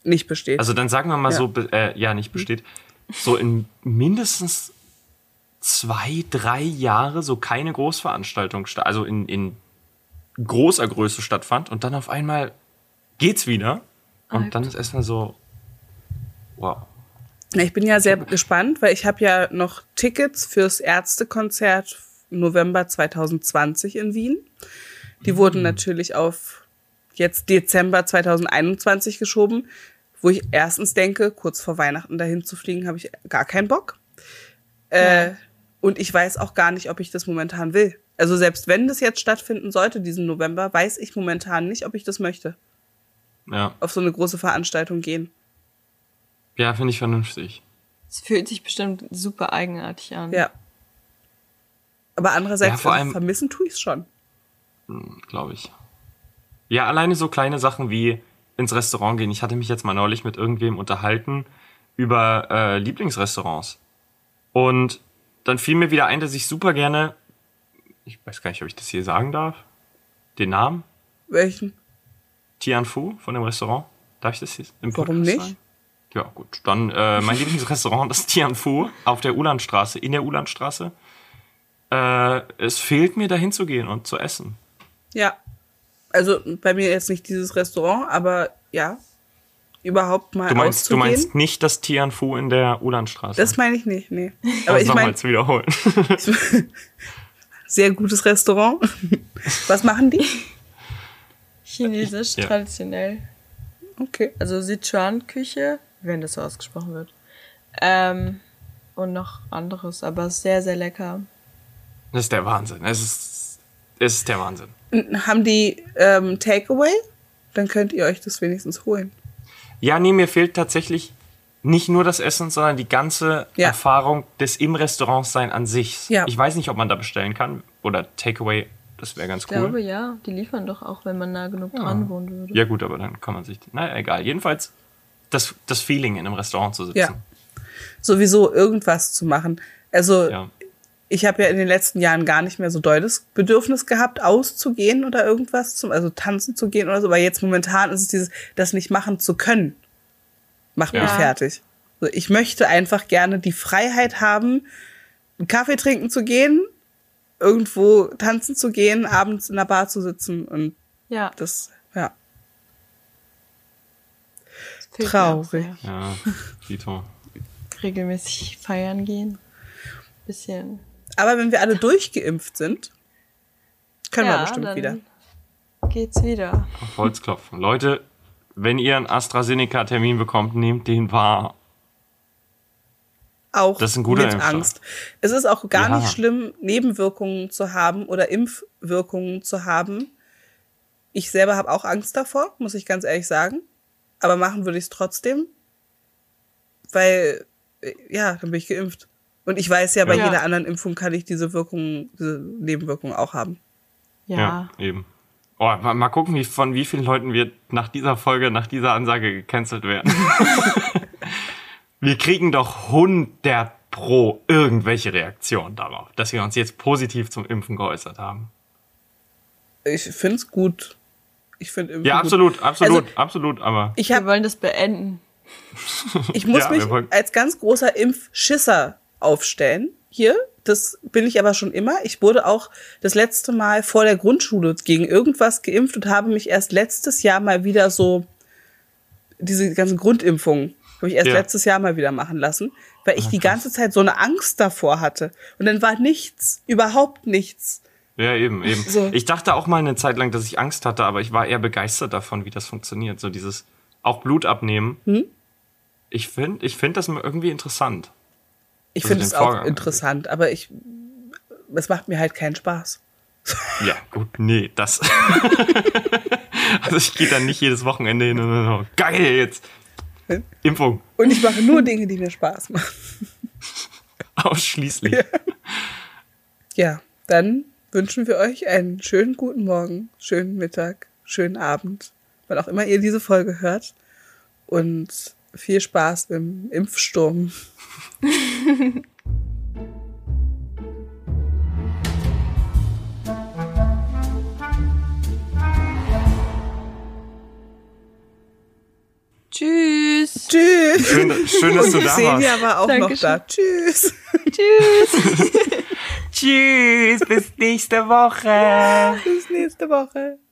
A: Nicht besteht.
B: Also dann sagen wir mal
A: Ja.
B: so, be- äh, ja, nicht besteht, so in mindestens zwei, drei Jahre so keine Großveranstaltung, sta- also in, in großer Größe stattfand und dann auf einmal geht's wieder und dann ist erstmal so, wow.
A: Ja, Ich bin ja sehr gespannt, weil ich habe ja noch Tickets fürs Ärztekonzert November 2020 in Wien. Die wurden natürlich auf jetzt Dezember 2021 geschoben, wo ich erstens denke, kurz vor Weihnachten dahin zu fliegen, habe ich gar keinen Bock. Äh, Und ich weiß auch gar nicht, ob ich das momentan will. Also selbst wenn das jetzt stattfinden sollte, diesen November, weiß ich momentan nicht, ob ich das möchte.
B: Ja,
A: Auf so eine große Veranstaltung gehen.
B: ja finde ich vernünftig.
C: Es fühlt sich bestimmt super eigenartig an.
A: Ja. Aber andererseits,
B: Ja, vor
A: also
B: allem-
A: vermissen tue ich es schon.
B: glaube ich. Ja, alleine so kleine Sachen wie ins Restaurant gehen. Ich hatte mich jetzt mal neulich mit irgendwem unterhalten über äh, Lieblingsrestaurants. Und dann fiel mir wieder ein, dass ich super gerne, ich weiß gar nicht, ob ich das hier sagen darf, den Namen
A: Welchen?
B: Tian Fu von dem Restaurant. Darf ich das hier im Podcast
A: Warum nicht?
B: sagen? Ja, gut. Dann äh, mein Lieblingsrestaurant ist Tian Fu auf der Ulandstraße, in der Ulandstraße. Äh, es fehlt mir, dahin zu gehen und zu essen.
A: Ja. Also bei mir jetzt nicht dieses Restaurant, aber ja. Überhaupt mal
B: Du meinst, du
A: auszugehen.
B: meinst nicht das Tianfu in der Ulandstraße.
A: das meine ich nicht, nee. Aber ich meine,
B: nochmal zu wiederholen.
A: sehr gutes Restaurant. Was machen die?
C: Chinesisch,
B: Ja.
C: traditionell.
A: Okay.
C: Also Sichuan-Küche, wenn das so ausgesprochen wird. Ähm, und noch anderes, aber sehr, sehr lecker.
B: Das ist der Wahnsinn. Es ist, es ist der Wahnsinn.
A: N- Haben die ähm, Takeaway? Dann könnt ihr euch das wenigstens holen.
B: Ja, nee, mir fehlt tatsächlich nicht nur das Essen, sondern die ganze
A: Ja.
B: Erfahrung des im Restaurant sein an sich.
A: Ja.
B: Ich weiß nicht, ob man da bestellen kann oder Takeaway. Das wäre ganz
C: Ich
B: cool.
C: glaube, ja, die liefern doch auch, wenn man nah genug dran wohnen würde.
B: ja gut, aber dann kann man sich. Naja, egal. Jedenfalls das, das Feeling in einem Restaurant zu sitzen.
A: Ja. Sowieso irgendwas zu machen. Also
B: ja.
A: ich habe ja in den letzten Jahren gar nicht mehr so doll das Bedürfnis gehabt, auszugehen oder irgendwas, zum, also tanzen zu gehen oder so. Aber jetzt momentan ist es dieses, das nicht machen zu können, macht
B: Ja.
A: mich fertig. So, ich möchte einfach gerne die Freiheit haben, einen Kaffee trinken zu gehen, irgendwo tanzen zu gehen, abends in einer Bar zu sitzen und
C: Ja,
A: das, ja,
C: das fehlt mir
A: traurig.
C: auch sehr.
B: Ja, Dito.
C: Regelmäßig feiern gehen. Bisschen.
A: Aber wenn wir alle durchgeimpft sind, können
C: ja,
A: wir bestimmt
C: dann
A: wieder.
C: Geht's wieder.
B: Auf Holz klopfen. Leute, wenn ihr einen AstraZeneca-Termin bekommt, nehmt den wahr.
A: Auch
B: Das ist ein guter
A: mit
B: Impfstoff.
A: Angst. Es ist auch gar
B: Ja.
A: nicht schlimm, Nebenwirkungen zu haben oder Impfwirkungen zu haben. Ich selber habe auch Angst davor, muss ich ganz ehrlich sagen. Aber machen würde ich es trotzdem. Weil, äh, ja, dann bin ich geimpft. Und ich weiß ja, bei
C: Ja.
A: jeder anderen Impfung kann ich diese Wirkung, diese Nebenwirkung auch haben.
C: Ja.
B: eben. Oh, mal, mal gucken, wie, von wie vielen Leuten wir nach dieser Folge, nach dieser Ansage gecancelt werden. wir kriegen doch 100 pro irgendwelche Reaktionen darauf, dass wir uns jetzt positiv zum Impfen geäußert haben.
A: Ich finde es gut. Ich finde
B: Ja, absolut, absolut, absolut, aber
A: Also, Ich
C: Wir
A: habe
C: wollen das beenden.
A: Ich muss
B: Ja,
A: mich
B: wir wollen-
A: als ganz großer Impfschisser aufstellen. Hier, das bin ich aber schon immer. Ich wurde auch das letzte Mal vor der Grundschule gegen irgendwas geimpft und habe mich erst letztes Jahr mal wieder so diese ganzen Grundimpfungen habe ich erst
B: Ja. Ah,
A: letztes Jahr mal wieder machen lassen, weil ich die ganze Zeit so eine Angst davor hatte. Und dann war nichts, überhaupt nichts.
B: ja, eben, eben.
A: So.
B: Ich dachte auch mal eine Zeit lang, dass ich Angst hatte, aber ich war eher begeistert davon, wie das funktioniert. So dieses auch Blut abnehmen. Ich finde ich find das irgendwie interessant.
A: Ich
B: Also
A: finde
B: den
A: es auch
B: Vorgang
A: interessant, aber ich, es macht mir halt keinen Spaß.
B: Ja, gut, nee, das. also ich gehe dann nicht jedes Wochenende hin und dann so, geil jetzt. Impfung,
A: Und ich mache nur Dinge, die mir Spaß machen.
B: ausschließlich.
A: Ja, dann wünschen wir euch einen schönen guten Morgen, schönen Mittag, schönen Abend, wann auch immer ihr diese Folge hört. Und viel Spaß im Impfsturm.
C: Tschüss.
A: Tschüss.
B: Schön, schön, dass du da warst.
A: Xenia war auch noch
C: Dankeschön.
A: da. Tschüss.
C: Tschüss.
B: Tschüss, bis nächste Woche.
A: Bis nächste Woche.